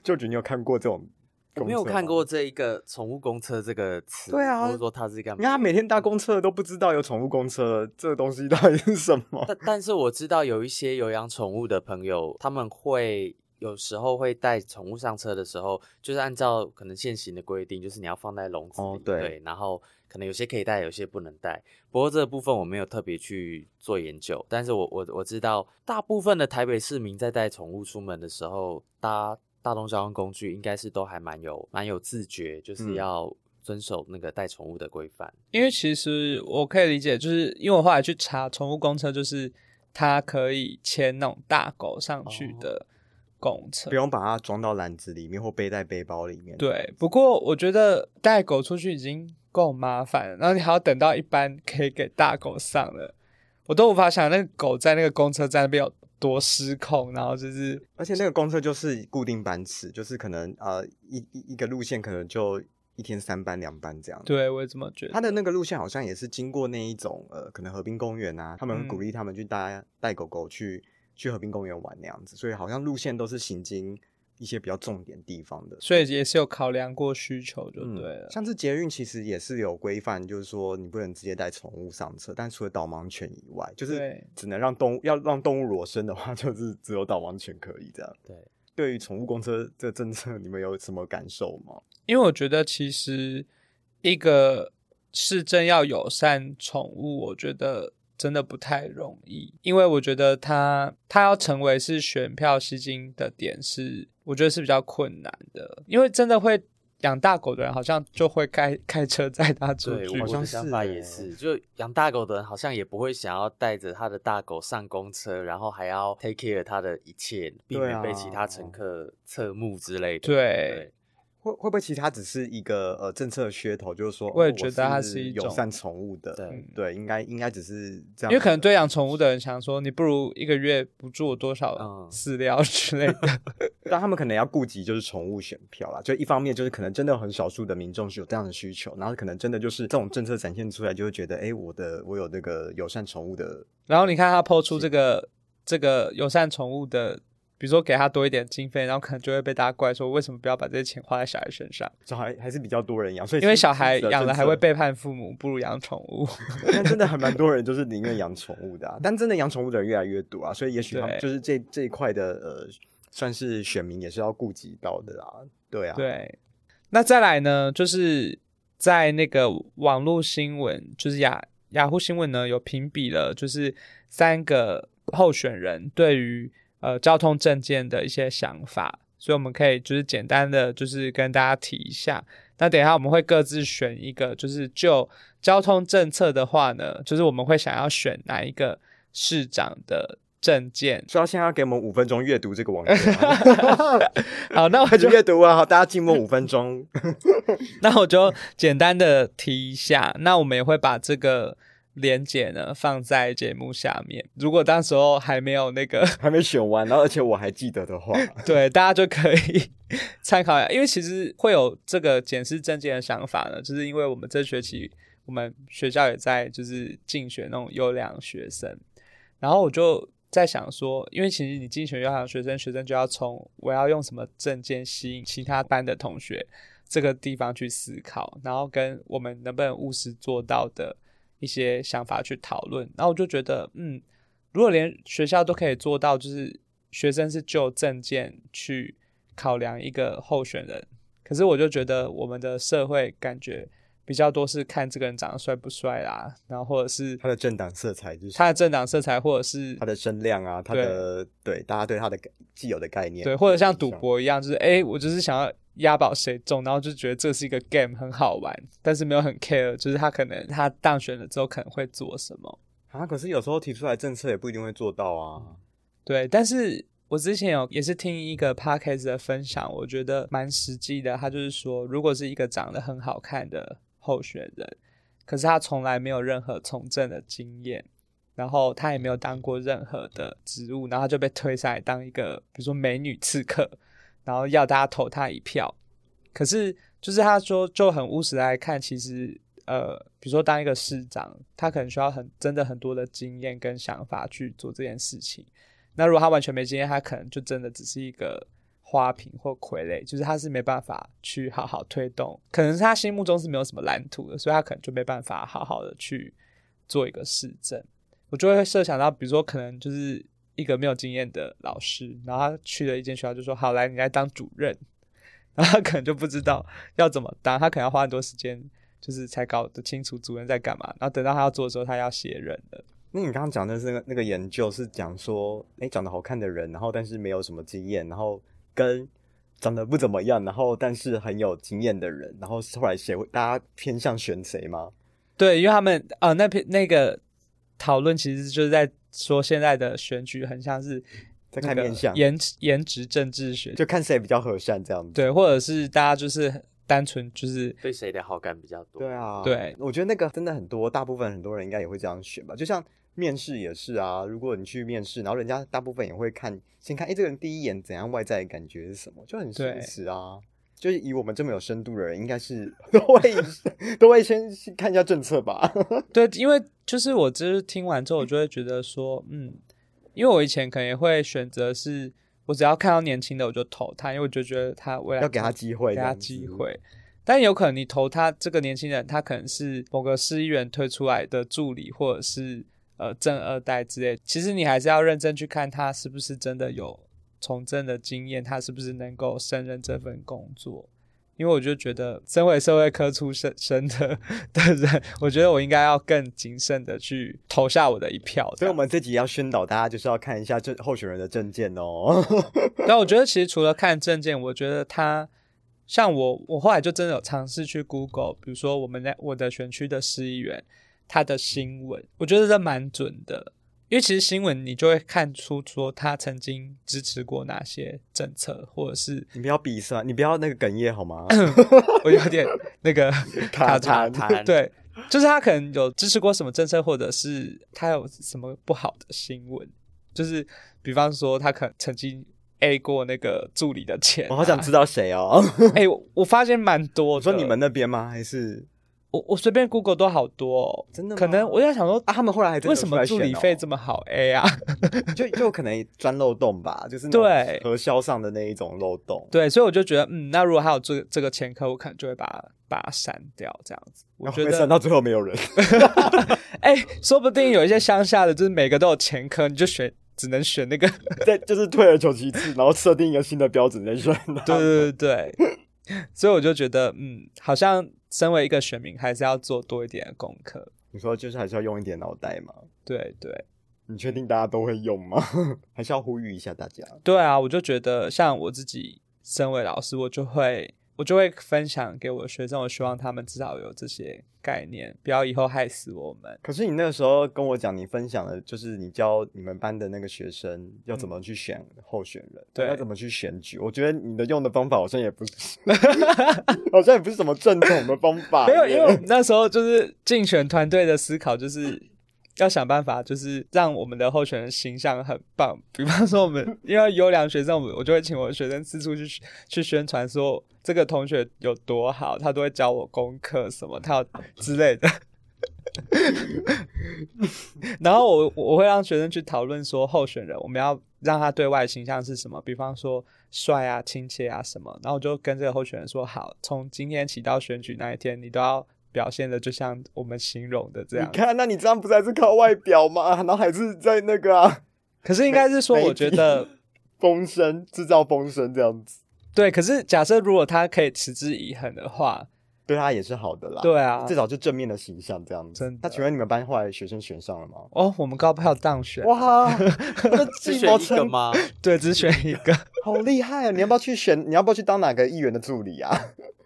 就觉得你有看过这种公车吗？我没有看过这一个宠物公车这个词，对啊或者说它是干你看嘛嗯他？每天搭公车都不知道有宠物公车，这东西到底是什么？但但是我知道有一些有养宠物的朋友，他们会有时候会带宠物上车的时候，就是按照可能现行的规定，就是你要放在笼子里，哦对然后可能有些可以带，有些不能带。不过这个部分我没有特别去做研究，但是我我我知道，大部分的台北市民在带宠物出门的时候，搭大众交通工具应该是都还蛮有蛮有自觉，就是嗯要遵守那个带宠物的规范。因为其实我可以理解，就是因为我后来去查宠物公车，就是它可以牵那种大狗上去的公 *laughs* 车。不用把它装到篮子里面或背在背包里面。，对，不过我觉得带狗出去已经够麻烦了，然后你还要等到一班可以给大狗上了，我都无法想那个狗在那个公车站那边有多失控，然后就是而且那个公车就是固定班次，就是可能呃一一一个路线可能就一天三班两班这样。。对我也这么觉得。它的那个路线好像也是经过那一种呃，可能河滨公园啊，他们会嗯鼓励他们去带带狗狗去去河滨公园玩那样子，所以好像路线都是行经一些比较重点地方的。所以也是有考量过需求就对了。嗯像是捷运其实也是有规范，就是说你不能直接带宠物上车，但除了导盲犬以外，就是对只能让动物要让动物裸身的话， *laughs* 就是只有导盲犬可以这样。对，对于宠物公车这个政策，你们有什么感受吗？因为我觉得其实一个市政要友善宠物，我觉得真的不太容易，因为我觉得它它要成为是选票吸金的点是，我觉得是比较困难的，因为真的会。养大狗的人好像就会开开车载它出对，去，好我的像想是法欸也是，就养大狗的人好像也不会想要带着他的大狗上公车，然后还要 take care 它的一切，避对免被啊其他乘客侧目之类的。对会会不会其实它只是一个呃政策的噱头，就是说我也哦觉得它我是是一友种善宠物的，对嗯对，应该应该只是这样，因为可能对养宠物的人想说，你不如一个月补助我多少嗯饲料之类的，但他们可能要顾及就是宠物选票啦，就一方面就是可能真的有很少数的民众是有这样的需求，然后可能真的就是这种政策展现出来，就会觉得哎、诶我的我有那个友善宠物的，然后你看他抛出这个这个友善宠物的，比如说给他多一点经费，然后可能就会被大家怪说为什么不要把这些钱花在小孩身上？小孩还是比较多人养，所以因为是小孩是养了还会政背叛父母，不如养宠物。策，但真的还蛮多人就是宁愿养宠物的、啊，但真的养宠物的人越来越多啊，所以也许他们对就是这这一块的呃，算是选民也是要顾及到的啦，对啊，对，那再来呢，就是在那个网络新闻，就是雅雅虎新闻呢有评比了，就是三个候选人对于呃交通证件的一些想法，所以我们可以就是简单的就是跟大家提一下。那等一下我们会各自选一个，就是就交通政策的话呢，就是我们会想要选哪一个市长的证件。所以他现在要给我们五分钟阅读这个网页啊， *laughs* *laughs* 好，那我快去就阅读啊，好，大家静默五分钟。 *laughs* 那我就简单的提一下，那我们也会把这个连结呢放在节目下面。如果到时候还没有那个， *laughs* 还没选完，然后而且我还记得的话，对大家就可以参考一下，因为其实会有这个检视证件的想法呢，就是因为我们这学期我们学校也在就是竞选那种优良学生，然后我就。在想说，因为其实你竞选优良学生，学生就要从我要用什么证件吸引其他班的同学，这个地方去思考，然后跟我们能不能务实做到的一些想法去讨论。然后我就觉得，嗯，如果连学校都可以做到，就是学生是就证件去考量一个候选人，可是我就觉得我们的社会感觉比较多是看这个人长得帅不帅啦，然后或者是他的政党色彩就是他的政党色彩，或者是他的声量啊，他的对大家对他的既有的概念，对，或者像赌，博一样，就是哎、诶我就是想要押宝谁中，然后就觉得这是一个 game 很好玩，但是没有很 care，就是他可能他当选了之后可能会做什么。啊，可是有时候提出来政策也不一定会做到嗯啊。对，但是我之前有也是听一个 podcast 的分享，我觉得蛮实际的。他就是说，如果是一个长得很好看的候选人，可是他从来没有任何从政的经验，然后他也没有当过任何的职务，然后他就被推上来当一个，比如说美女刺客，然后要大家投他一票。可是就是他说就很务实来看，其实呃，比如说当一个市长，他可能需要很真的很多的经验跟想法去做这件事情。那如果他完全没经验，他可能就真的只是一个花瓶或傀儡，就是他是没办法去好好推动，可能是他心目中是没有什么蓝图的，所以他可能就没办法好好的去做一个市政。我就会设想到，比如说可能就是一个没有经验的老师，然后他去了一间学校就说：“好，来，你来当主任。”然后他可能就不知道要怎么当，他可能要花很多时间，就是才搞得清楚主任在干嘛。然后等到他要做的时候，他要写人了。那你刚刚讲的是那个那个研究是讲说，哎，长得好看的人，然后但是没有什么经验，然后跟长得不怎么样，然后但是很有经验的人，然后后来谁会大家偏向选谁吗？对，因为他们啊、呃那篇那个讨论其实就是在说现在的选举很像是在那看个面相，颜值颜值政治学，就看谁比较和善这样子。对，或者是大家就是单纯就是对谁的好感比较多？对，啊，对我觉得那个真的很多，大部分很多人应该也会这样选吧。就像面试也是啊，如果你去面试，然后人家大部分也会看，先看哎这个人第一眼怎样，外在的感觉是什么，就很现对实啊。就是以我们这么有深度的人，应该是 *laughs* 都会都会先去看一下政策吧。对，因为就是我就是听完之后，我就会觉得说，嗯，因为我以前可能也会选择是，我只要看到年轻的我就投他，因为我就觉得他未来要给他机会给这他样子机会。但有可能你投他这个年轻人，他可能是某个市议员推出来的助理，或者是呃正二代之类。其实你还是要认真去看他是不是真的有从政的经验，他是不是能够胜任这份工作。因为我就觉得，身为社会科出身身的 *laughs* 的人，我觉得我应该要更谨慎的去投下我的一票。所以我这样们这集要宣导大家，就是要看一下这候选人的证件哦。 *laughs* 但啊我觉得其实除了看证件，我觉得他像我，我后来就真的有尝试去 Google，比如说我们在我的选区的市议员他的新闻，我觉得这蛮准的，因为其实新闻你就会看出说他曾经支持过哪些政策，或者是你不要鼻酸，你不要那个哽咽好 *laughs* 吗？我有 *laughs* 点那个卡住了痰痰对，就是他可能有支持过什么政策，或者是他有什么不好的新闻，就是比方说他可能曾经 A 过那个助理的钱、我好想知道谁哦。 *laughs* *laughs* 哎、我我发现蛮多我的。说你们那边吗？还是我我随便 Google 都好多、哦，真的吗可能我在想说啊？他们后来还真的为有什出么来助选理哦费这么好 A 啊？ *laughs* 就就可能钻漏洞吧，就是那对种核销上的那一种漏洞。对，所以我就觉得，嗯，那如果还有这个这个前科，我可能就会把它把它删掉，这样子。我然后觉哦会算得，到最后没 *laughs* 有人，哎、说不定有一些乡下的，就是每个都有前科，你就选只能 *laughs* 选那个。再就是退而求其次，然后设定一个新的 *laughs* 标准再算。对对对对。所以我就觉得，嗯，好像身为一个选民，还是要做多一点的功课。你说就是还是要用一点脑袋嘛？对对你确定大家都会用吗？ *laughs* 还是要呼吁一下大家？对啊，我就觉得像我自己身为老师，我就会我就会分享给我的学生，我希望他们至少有这些概念，不要以后害死我们。可是你那个时候跟我讲，你分享的就是你教你们班的那个学生要怎么去选候选人，嗯对要怎么去选举。我觉得你的用的方法好像也不是， *laughs* 好像也不是什么正统的方法 *laughs* 没耶。有，因为我们那时候就是竞选团队的思考，就是要想办法，就是让我们的候选人形象很棒。比方说，我们因为优良学生，我们我就会请我的学生四处去去宣传，说这个同学有多好，他都会教我功课什么，他有之类的。 *laughs* 然后我我会让学生去讨论说候选人，我们要让他对外形象是什么，比方说帅啊、亲切啊什么。然后我就跟这个候选人说，好，从今天起到选举那一天，你都要表现的就像我们形容的这你样。看，那你这样不是还是靠外表吗？ *laughs* 然后还是在那个啊， *laughs* 可是应该是说，媒我觉得风声制造风声这样子，对。可是假设如果他可以持之以恒的话，对他也是好的啦。对啊至，少就正面的形象这样子。真的那请问你们班后来学生选上了吗？哦，我们高票当选，哇， *laughs* 这是计谋选一个成吗？对，只选一 *laughs* 个，好厉害啊！你要不要去选？ *laughs* 你要不要去当哪个议员的助理啊？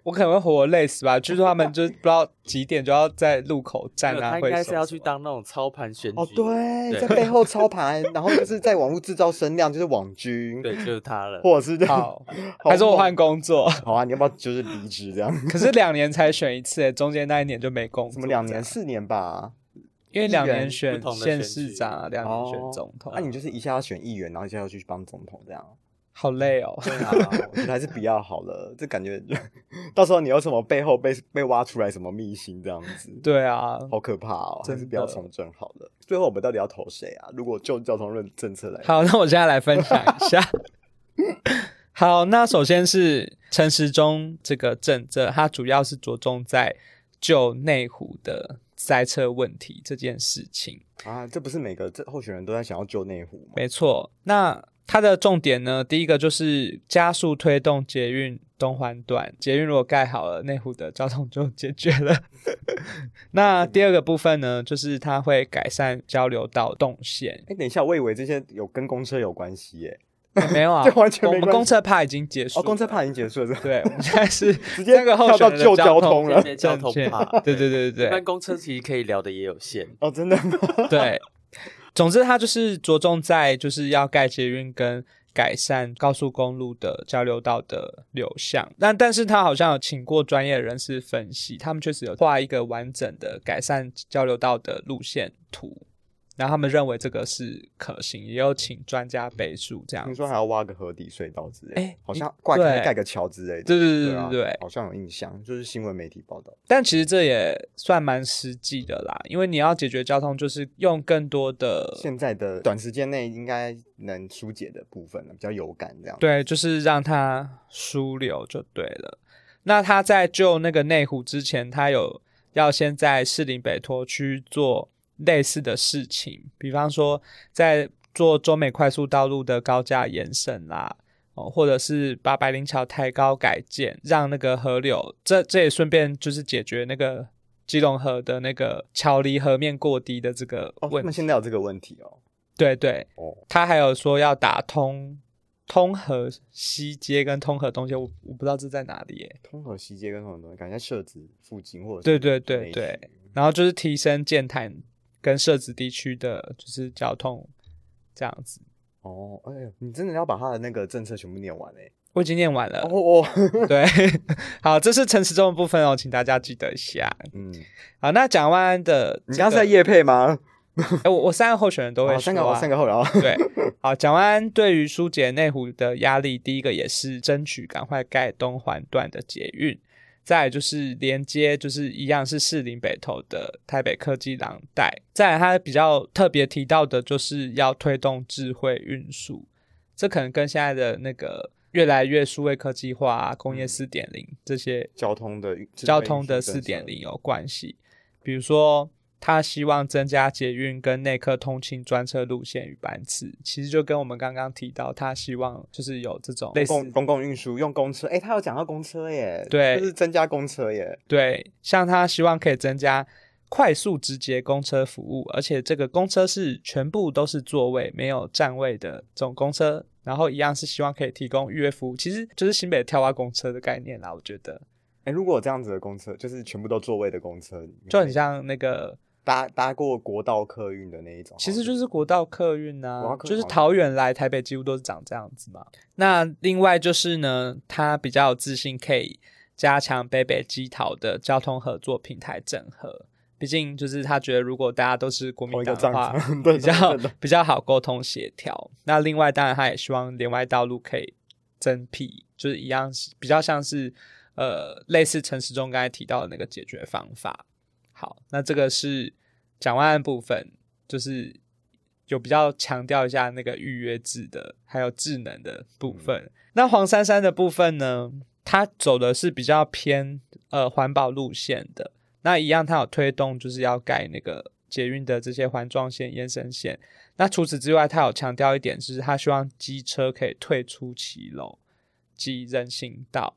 我可能会活累死吧。据说他们就不知道几点就要在路口站没有啊，他会应该什是么要什去么当那种操盘选举。哦，对，对在背后操盘， *laughs* 然后就是在网络制造声量，就是网军，对，就是他了。或者是这样 *laughs* 好，还是我换？工作？ *laughs* 好啊，你要不要就是离职这样？ *laughs* 可是两年才选一次欸，中间那一年就没工什作。么 *laughs* 两年、？四年吧？因为两议员年选不同的县选市举长啊，两年选哦总统，那你就是一下要选议员，然后一下要去帮总统这样。好累哦。对啊，我觉得还是比较好了。这感觉到时候你有什么背后被被挖出来什么秘辛这样子， *laughs* 对啊，好可怕哦，还是真不要的从政好了。最后我们到底要投谁啊？如果就交通论政策来说，好，那我现在来分享一下。 *laughs* 好，那首先是陈时中这个政策，它主要是着重在就内湖的塞车问题这件事情。啊，这不是每个这候选人都在想要救内湖吗？。没错，那它的重点呢，第一个就是加速推动捷运东环段，捷运如果盖好了，内湖的交通就解决了。 *laughs* 那第二个部分呢，就是它会改善交流道动线哎，等一下，我以为这些有跟公车有关系耶。没有啊， *laughs* 这完全我没们关系公车趴已经结束哦，了，公车怕已经结束了，是吧对，我们现在是直接那个候跳到选人的旧交通了。对交正通确怕，对对对对一对般公车其实可以聊的也有限，哦，真的 *laughs* 吗？ *laughs* 对，总之它就是着重在就是要盖捷运跟改善高速公路的交流道的流向。那但是它好像有请过专业人士分析，他们确实有画一个完整的改善交流道的路线图。然后他们认为这个是可行，也有请专家背书这样听子。说还要挖个河底隧道之类的，哎好你像挂盖对盖个桥之类的。对对对啊对对好像有印象，就是新闻媒体报道。但其实这也算蛮实际的啦，因为你要解决交通，就是用更多的现在的呃短时间内应该能疏解的部分了，比较有感这样。，对，就是让它疏流就对了。那他在救那个内湖之前，他有要先在士林北托区做类似的事情，比方说在做中美快速道路的高架延伸啦，哦，或者是把百灵桥抬高改建，让那个河流，这这也顺便就是解决那个基隆河的那个桥离河面过低的这个哦，问他题。们现在有这个问题哦。对对，哦他还有说要打通通河西街跟通河东街，我我不知道这在哪里耶。通河西街跟什么东西，感觉在社子附近或者对是对对内对区，然后就是提升建潭跟社子地区的就是交通这样子。哦，哎呦，你真的要把他的那个政策全部念完哎。我已经念完了，哦 *laughs* 哦，对，好，这是陈时中的部分哦，请大家记得一下。嗯，好，那讲完的你这刚刚是在个，夜配吗？哎，我我三个候选人都会说、哦，啊三个后，三个后，然后 *laughs* 对，好，蒋万安对于疏解内湖的压力，第一个也是争取赶快盖东环段的捷运，再来就是连接，就是一样是士林北投的台北科技廊带，再来他比较特别提到的就是要推动智慧运输，这可能跟现在的那个越来越数位科技化、啊、工业四点零这些嗯交通的运智慧交运通输的政策四点零有关系。比如说，他希望增加捷运跟内科通勤专车路线与班次，其实就跟我们刚刚提到，他希望就是有这种类似公公共运输用公车，哎、他有讲到公车耶，对就是增加公车耶，对，像他希望可以增加快速直接公车服务，而且这个公车是全部都是座位没有站位的这种公车，然后一样是希望可以提供预约服务，其实就是新北跳蛙公车的概念啦，我觉得哎、如果有这样子的公车，就是全部都座位的公车，你就会很像那个搭搭过国道客运的那一种，其实好像就是国道客运哦国道啊，客运就是好像桃园来台北几乎都是长这样子嘛。那另外就是呢，他比较有自信可以加强北北基桃的交通合作平台整合，毕竟就是他觉得如果大家都是国同民一个帐党的话，篷， *laughs* 对比较对对对比较好沟通协调。那另外当然他也希望连外道路可以增辟，就是一样是比较像是呃类似陈时中刚才提到的那个解决方法。好，那这个是蒋万安部分，就是有比较强调一下那个预约制的，还有智能的部分。那黄珊珊的部分呢，她走的是比较偏呃环保路线的。那一样，它有推动，就是要盖那个捷运的这些环状线、延伸线。那除此之外，它有强调一点，就是它希望机车可以退出骑楼及人行道。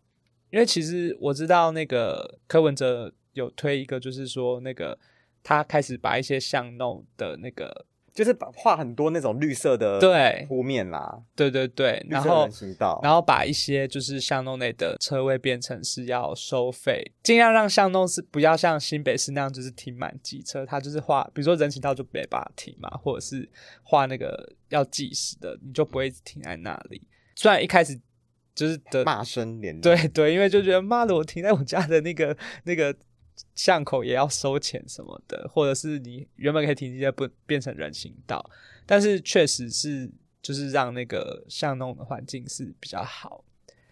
因为其实我知道那个柯文哲有推一个，就是说那个他开始把一些巷弄的那个，就是把画很多那种绿色的对铺面啦，对对对，呃绿然色后人哦行道，然后后把一些就是巷弄内的车位变成是要收费，尽量让巷弄是不要像新北市那样就是停满机车，它就是画，比如说人行道就没办法停嘛，或者是画那个要计时的，你就不会一直停在那里。虽然一开始就是的，骂声连连，对对，因为就觉得妈的，我停在我家的那个那个巷口也要收钱什么的，或者是你原本可以停机车不变成人行道，但是确实是就是让那个巷弄的环境是比较好。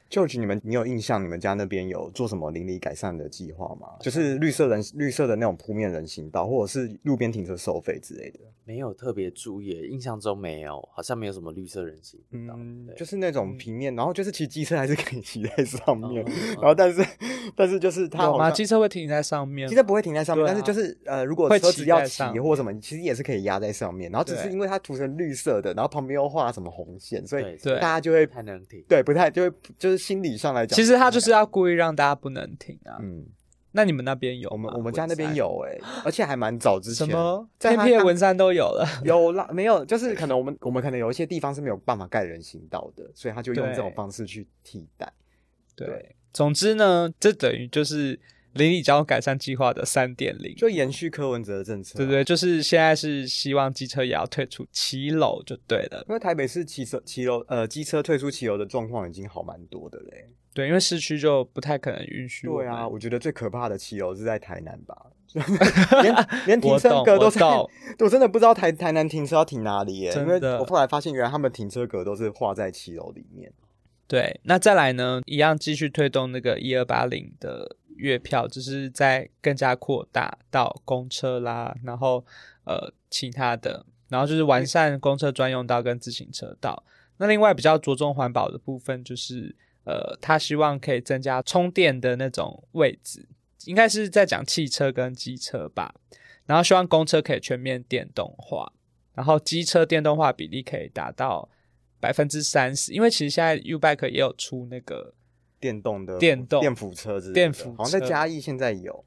就局你们，你有印象你们家那边有做什么邻里改善的计划吗？就是绿色人绿色的那种铺面人行道，或者是路边停车收费之类的。没有特别注意，印象中没有，好像没有什么绿色人行道。嗯，对就是那种平嗯面，然后就是骑机车还是可以骑在上面，嗯嗯 *laughs* 然后但是但是就是它哦有好吗？像机车会停在上面吗？机车不会停在上面，对啊但是就是呃，如果会车骑子要在骑上或什么，你其实也是可以压在上面。然后只是对因为它涂成绿色的，然后旁边又画什么红线，所以大对对家就会太能停。对不太就会就是心理上来讲，其实他就是要故意让大家不能停啊。嗯，那你们那边有吗？我们我们家文那边山有 *laughs* 哎、而且还蛮早之前什么在偏他僻的刚文山都有了。有啦，没有，就是可能我们我们可能有一些地方是没有办法盖人行道的，所以他就用这种对方式去替代。对，总之呢，这等于就是邻里交通改善计划的三点零，就延续柯文哲的政策、啊对不对？？就是现在是希望机车也要退出骑楼就对了，因为台北市骑车骑楼呃机车退出骑楼的状况已经好蛮多的嘞。对，因为市区就不太可能允许我对们。啊，我觉得最可怕的骑楼是在台南 *laughs* 吧，连连停我车懂，格都我是，懂我，真的不知道台台南停车要停哪里耶，因真为的我后来发现原来他们停车格都是画在骑楼里面。对，那再来呢，一样继续推动那个一二八零的月票，只是在更加扩大到公车啦，然后呃其他的，然后就是完善公车专用道跟自行车道。那另外比较着重环保的部分，就是呃，他希望可以增加充电的那种位置，应该是在讲汽车跟机车吧。然后希望公车可以全面电动化，然后机车电动化比例可以达到百分之三十，因为其实现在 U Bike 也有出那个电动的电动电辅车之类的，电辅好像在车嘉义现在有，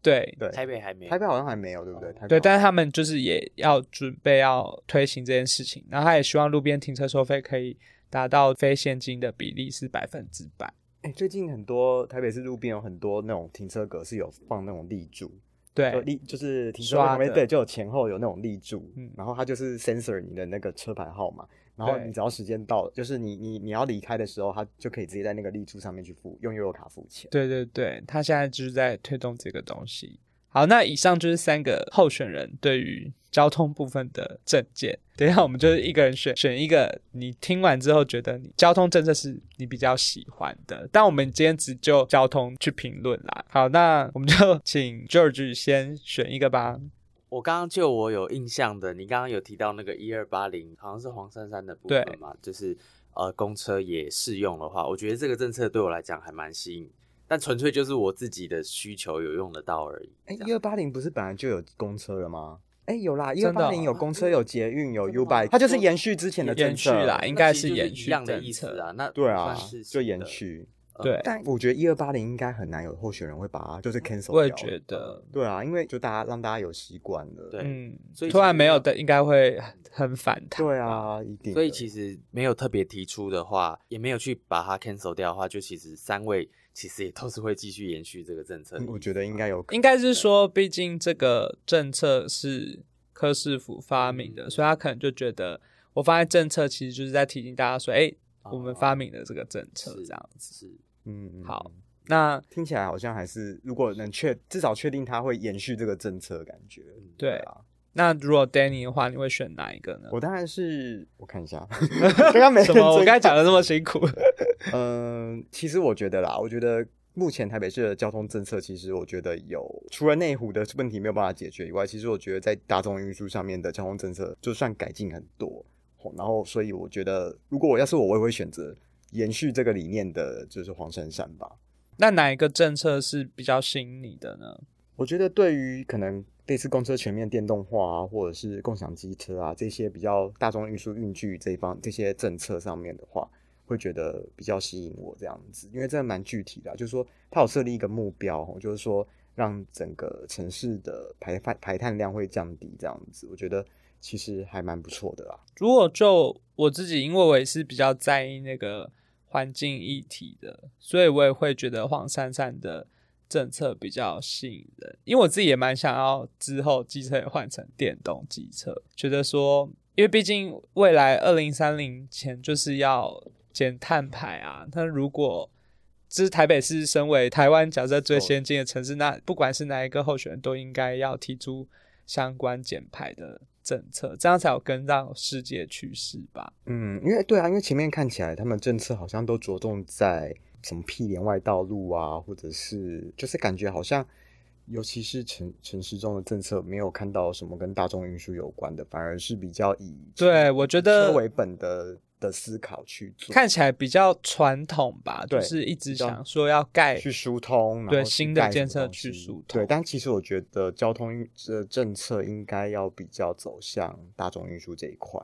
对对，台北还没有，哦台北好像还没有，对不对？台北对，好像但是他们就是也要准备要推行这件事情，然后他也希望路边停车收费可以达到非现金的比例是百分之百。哎、最近很多台北市路边有很多那种停车格是有放那种立柱，就对，立就是停车位刷旁边的对，就有前后有那种立柱，嗯然后它就是 sensor 你的那个车牌号码，然后对你只要时间到了，就是你你你要离开的时候，它就可以直接在那个立柱上面去付用悠游卡付钱。对对对，他现在就是在推动这个东西。好，那以上就是三个候选人对于交通部分的政见。等一下，我们就是一个人选选一个，你听完之后觉得你交通政策是你比较喜欢的。但我们今天只就交通去评论啦。好，那我们就 *laughs* 请 George 先选一个吧。我刚刚就我有印象的，你刚刚有提到那个一二八零，好像是黄珊珊的部对分嘛，就是呃公车也适用的话，我觉得这个政策对我来讲还蛮吸引，但纯粹就是我自己的需求有用得到而已。哎、这一样二八零不是本来就有公车了吗？哎、有啦，一二真的八哦零有公车，有捷运，有真 U 的吗 bike，它就是延续之前的政延续策啦，应该是延续那其实就是一样的政意思策。啊，那对啊算是，就新延的。续。呃对，但我觉得一二八零应该很难有候选人会把它就是 cancel 我也掉觉得，对啊，因为就大家让大家有习惯了。对嗯，呃所以突然其实没有要的，应该会很反弹。对啊，一定的。所以其实没有特别提出的话，也没有去把它 cancel 掉的话，就其实三位其实也都是会继续延续这个政策的嗯意思嘛。我觉得应该有可应该是说，毕竟这个政策是柯市府发明的，嗯所以他可能就觉得，我发现政策其实就是在提醒大家说，哎、我们发明了这个政策是这样子。是嗯嗯好嗯那听起来好像还是如果能确至少确定它会延续这个政策，感觉对啊。那如果 Danny 的话，你会选哪一个呢？我当然是我看一 *laughs* 下，刚刚没什么？我认真刚才讲的这么辛苦， *laughs* 嗯，其实我觉得啦，我觉得目前台北市的交通政策，其实我觉得有除了内湖的问题没有办法解决以外，其实我觉得在大众运输上面的交通政策就算改进很多。吼然后，所以我觉得，如果我要是我，我也会选择延续这个理念的，就是黄珊珊吧。那哪一个政策是比较吸引你的呢？我觉得对于可能类似公车全面电动化啊，或者是共享机车啊这些比较大众运输运具这一方这些政策上面的话，会觉得比较吸引我这样子，因为这蛮具体的啊、就是说它有设立一个目标哦，就是说让整个城市的排放排碳量会降低这样子，我觉得其实还蛮不错的啦。如果就我自己，因为我也是比较在意那个环境议题的，所以我也会觉得黄珊珊的政策比较吸引人。因为我自己也蛮想要之后机车也换成电动机车，觉得说，因为毕竟未来二零三零前就是要减碳排啊，那如果这是台北市身为台湾假设最先进的城市，那不管是哪一个候选人，都应该要提出相关减排的政策，这样才有跟上世界趋势吧。嗯，因为对啊，因为前面看起来他们政策好像都着重在什么屁连外道路啊，或者是就是感觉好像，尤其是城城市中的政策，没有看到什么跟大众运输有关的，反而是比较以对我觉得车为本的的思考去做，看起来比较传统吧，就对是一直比较想说要盖去疏通，然后对去新的盖什建么设东去西疏对，通但其实我觉得交通运呃政策应该要比较走向大众运输这一块，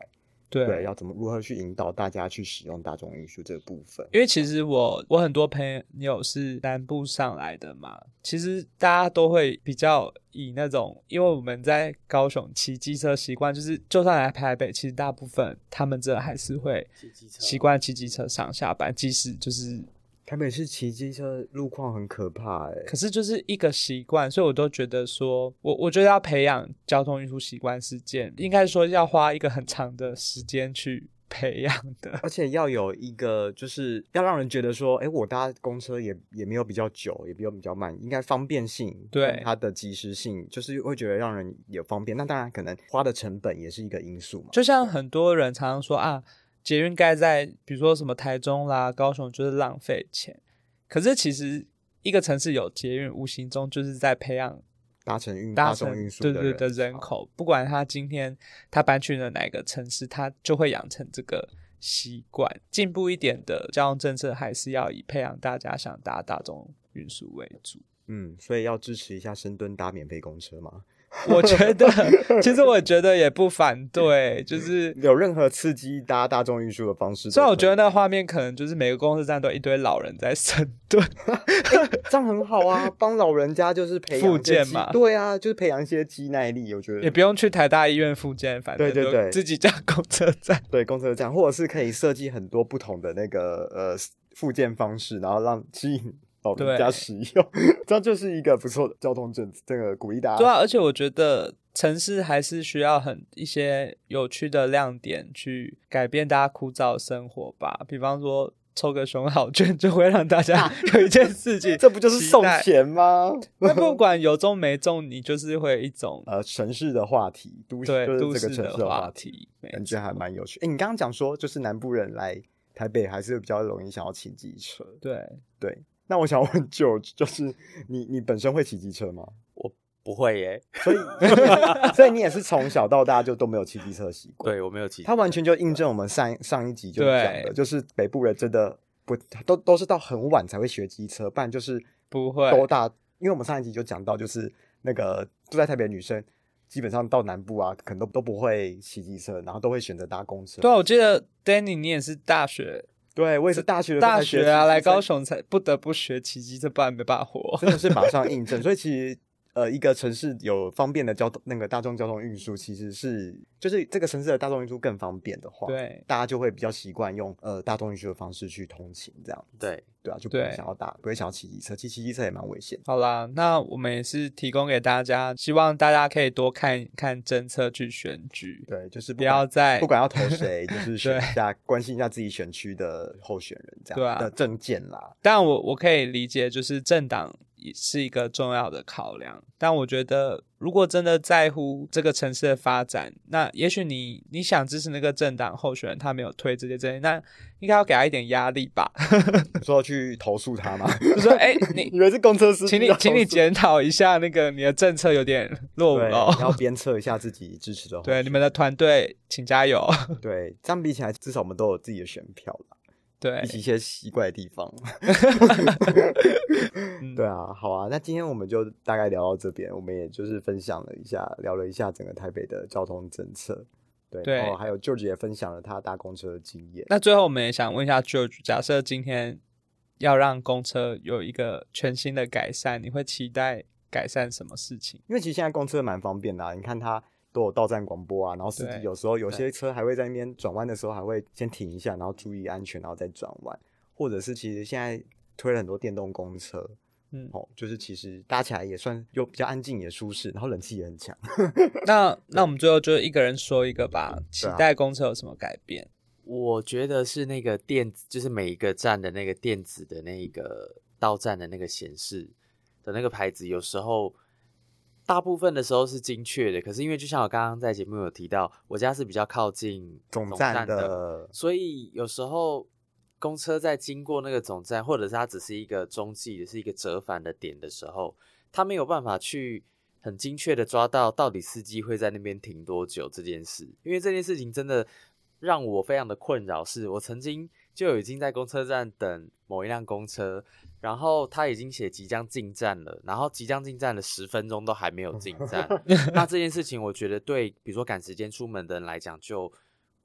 对对，要怎么如何去引导大家去使用大众运输这部分。因为其实我我很多朋友是南部上来的嘛，其实大家都会比较以那种，因为我们在高雄骑机车习惯，就是就算来台北，其实大部分他们这还是会习惯骑机车上下班，即使就是台北市骑机车路况很可怕哎、可是就是一个习惯，所以我都觉得说，我我觉得要培养交通运输习惯是件，应该说要花一个很长的时间去培养的。而且要有一个，就是要让人觉得说，哎，我搭公车也也没有比较久，也没有比较慢，应该方便性，对跟它的及时性，就是会觉得让人也方便。那当然，可能花的成本也是一个因素嘛。就像很多人常常说啊，捷运盖在比如说什么台中啦、高雄就是浪费钱，可是其实一个城市有捷运，无形中就是在培养搭乘运搭大乘众运输对的对的人潮，口，不管他今天他搬去了哪个城市，他就会养成这个习惯。进步一点的交通政策还是要以培养大家想搭大众运输为主。嗯，所以要支持一下深蹲搭免费公车嘛。我觉得， *laughs* 其实我觉得也不反对，就是。有任何刺激搭大众运输的方式都可以，虽然我觉得那画面可能就是每个公司站都一堆老人在深蹲，这样很好啊，帮老人家就是培养复一些健肌嘛对啊，就是培养一些肌耐力，我觉得也不用去台大医院复健，反正对对就对自己家公车站。对，公车站，或者是可以设计很多不同的那个呃附件方式，然后让吸引老人对家使用， *laughs* 这样就是一个不错的交通政策，这个鼓励大家。，对啊，而且我觉得城市还是需要很一些有趣的亮点去改变大家枯燥的生活吧。比方说抽个熊好券，就会让大家 *laughs* 有一件事情啊 *laughs* 这不就是期送待钱吗？那不管有中没中，你就是会有一 *laughs* 种呃，城市的话题，都市对就都是这个市城市的的话话题，题。没感错觉还蛮有趣。哎，你刚刚讲说，就是南部人来台北还是比较容易想要骑机车，对，对。那我想问 George，就是你你本身会骑机车吗？ *laughs* 不会耶，所以所以你也是从小到大就都没有骑机车的习惯。对我没有骑。它完全就印证我们上上一集就讲的，对就是北部人真的不都都是到很晚才会学机车，不然就是不会都大，因为我们上一集就讲到，就是那个住在台北的女生，基本上到南部啊，可能都都不会骑机车，然后都会选择搭公车。对啊，我记得 Danny 你也是大学对我也是大学的时候大才骑学啊，机车来高，雄才不得不学骑机车，不然没办法活。真的是马上印证。所以其实呃，一个城市有方便的交通，那个大众交通运输，其实是就是这个城市的大众运输更方便的话，，对，大家就会比较习惯用呃大众运输的方式去通勤这样。对，对啊，就不会对想要打，不会想要骑机车，骑骑机车也蛮危险的。好啦，那我们也是提供给大家，希望大家可以多看看政策去选举，对，就是不不要管再不管要投谁， *laughs* 就是选对一下，关心一下自己选区的候选人这样对啊的证件啦。但我我可以理解，就是政党也是一个重要的考量，但我觉得如果真的在乎这个城市的发展，那也许你你想支持那个政党候选人，他没有推这些政见，那应该要给他一点压力吧， *laughs* 你说要去投诉他吗？就说哎、你 *laughs* 以为是公车司机请你要投诉请你检讨一下那个你的政策有点落伍对，了， *laughs* 要鞭策一下自己支持的候选哦对人。你们的团队请加油，对，这样比起来，至少我们都有自己的选票啦，对比，起一些奇怪的地 *laughs* 方。嗯对啊，好啊，那今天我们就大概聊到这边，我们也就是分享了一下，聊了一下整个台北的交通政策。对，对然后还有舅姐也分享了他搭公车的经验。那最后我们也想问一下 George，假设今天要让公车有一个全新的改善，你会期待改善什么事情？因为其实现在公车蛮方便的、啊，你看它都有到站广播啊，然后司对机有时候有对些车还会在那边转弯的时候还会先停一下，然后注意安全，然后再转弯，或者是其实现在推了很多电动公车，嗯，哦，就是其实搭起来也算又比较安静也舒适，然后冷气也很强。 *laughs* 那那我们最后就一个人说一个啊吧，期待公车有什么改变？我觉得是那个电子，就是每一个站的那个电子的那个到站的那个显示的那个牌子，有时候大部分的时候是精确的，可是因为就像我刚刚在节目有提到，我家是比较靠近总站站的所以有时候公车在经过那个总站，或者是它只是一个中继，是一个折返的点的时候，它没有办法去很精确的抓到到底司机会在那边停多久这件事，因为这件事情真的让我非常的困扰。是我曾经就已经在公车站等某一辆公车，然后他已经写即将进站了，然后即将进站了十分钟都还没有进站， *laughs* 那这件事情我觉得对，比如说赶时间出门的人来讲就。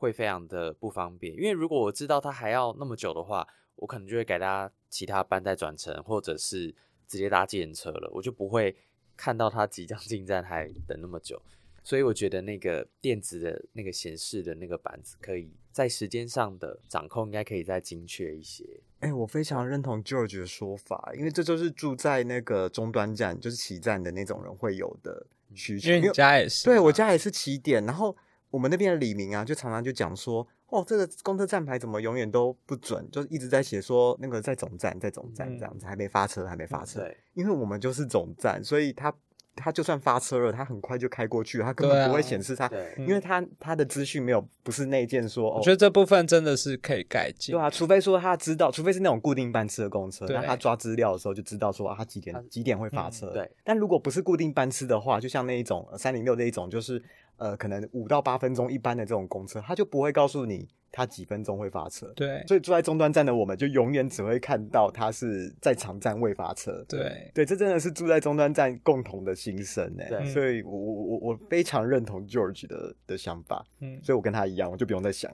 会非常的不方便，因为如果我知道他还要那么久的话，我可能就会改搭其他班再转乘，或者是直接搭计程车了，我就不会看到他即将进站还等那么久。所以我觉得那个电子的那个显示的那个板子，可以在时间上的掌控应该可以再精确一些。哎、我非常认同 George 的说法，因为这就是住在那个终端站，就是起站的那种人会有的需求。嗯因为你家也是嘛，对我家也是起点，然后我们那边的李明啊，就常常就讲说，哦，这个公车站牌怎么永远都不准，就是一直在写说那个在总站，在总站嗯这样子，还没发车，还没发车。对，因为我们就是总站，所以他他就算发车了，他很快就开过去，他根对本啊不会显示他，对，嗯因为他他的资讯没有不是内建说，我哦觉，得这部分真的是可以改进。对啊，除非说他知道，除非是那种固定班次的公车，对那他抓资料的时候就知道说啊，他几他点几点会发车。对，但如果不是固定班次的话，就像那一种呃三零六那一种，就是呃，可能五到八分钟一班的这种公车，他就不会告诉你他几分钟会发车。对所以住在终端站的我们，就永远只会看到他是在场站未发车。对对，这真的是住在终端站共同的心声哎、对所以我我我我非常认同 George 的的想法，嗯， *laughs* 所以我跟他一样，我就不用再想。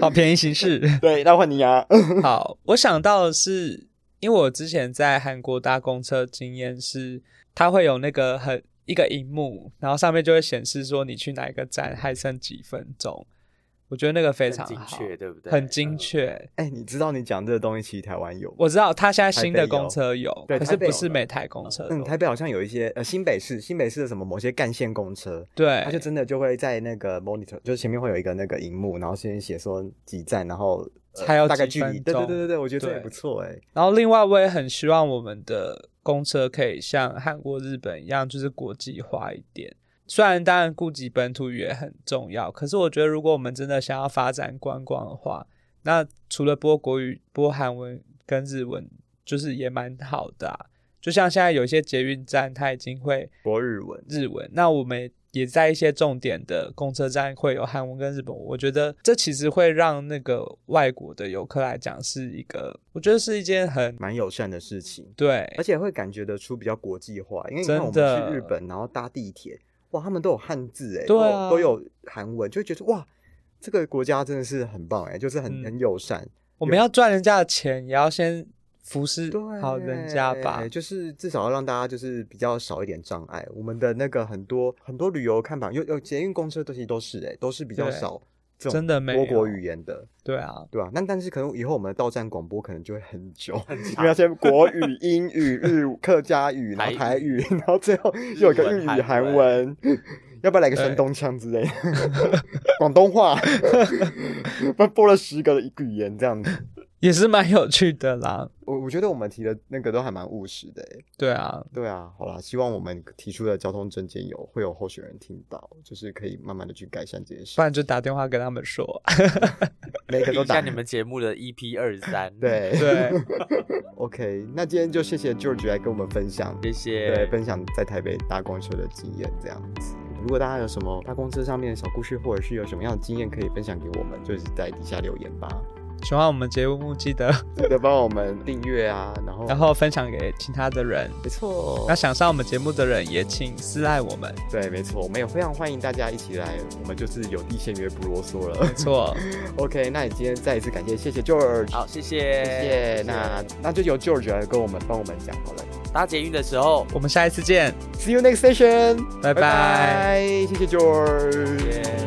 好便宜形式。对，那换你啊。 *laughs* 好，我想到的是，因为我之前在韩国搭公车经验是，它会有那个很一个荧幕，然后上面就会显示说你去哪一个站还剩几分钟。我觉得那个非非常精好，确，对不嗯对？很精确。哎、你知道你讲这个东西，其实台湾有，我知道它现在新的台北有公车有，对可台是北不有是了每台公车嗯，都台北好像有一些呃新北市新北市的什么某些干线公车，对，它就真的就会在那个 monitor，就是前面会有一个那个荧幕，然后先写说几站，然后、呃还有大概几距离，对分对钟对对对，我觉得这也对不错哎、然后另外我也很希望我们的公车可以像韩国、日本一样，就是国际化一点。虽然当然顾及本土语也很重要，可是我觉得如果我们真的想要发展观光的话，那除了播国语、播韩文跟日文，就是也蛮好的啊、就像现在有一些捷运站，它已经会国日文，日文，那我们也在一些重点的公车站会有韩文跟日本文。我觉得这其实会让那个外国的游客来讲是一个，我觉得是一件很蛮友善的事情，对而且会感觉得出比较国际化，因为你哎真看我们去的日本，然后搭地铁，哇，他们都有汉字哎、对都有啊都有韩文，就会觉得哇，这个国家真的是很棒哎、就是很、嗯很友善，我们要赚人家的钱，也要先服侍对，好人家吧。就是至少要让大家就是比较少一点障碍。我们的那个很多很多旅游看板，有有捷运、公车这些都是、欸，都是比较对少这种真的没多国有语言的，对啊，对吧、那但是可能以后我们的到站广播可能就会很 *laughs* 久，很因为要长。先国语、英语、日语客家语，然后台台语，然后最后又有个日日文语、韩韩文，要不要来个对山东腔之类的， *laughs* 广东话， *laughs* 不然播了十个语言这样子。也是蛮有趣的啦。我我觉得我们提的那个都还蛮务实的、欸，对啊，对啊，好啦，希望我们提出的交通证件有会有候选人听到，就是可以慢慢的去改善这些不事，然就打电话跟他们说。每个听都一下打你们节目的 EP 二三，，对 *laughs* 嗯对， *laughs* ，OK，那今天就谢谢 George 来跟我们分享，谢谢，对，分享在台北搭公车的经验这样子。如果大家有什么搭公车上面的小故事，或者是有什么样的经验可以分享给我们，就是在底下留言吧，喜欢我们节目记得，记得帮我们订阅啊，然后然后分享给其他的人。没错那，想上我们节目的人也请私赖我们。对，没错，我们也非常欢迎大家一起来，我们就是有地限约不啰嗦了 *laughs* 没。错， OK，那你今天再一次感谢，谢谢 George。好，谢谢，谢谢。那那就由 George 来跟我们帮我们讲好了。搭捷运的时候，我们下一次见， See you next session，拜拜拜，谢谢 George。耶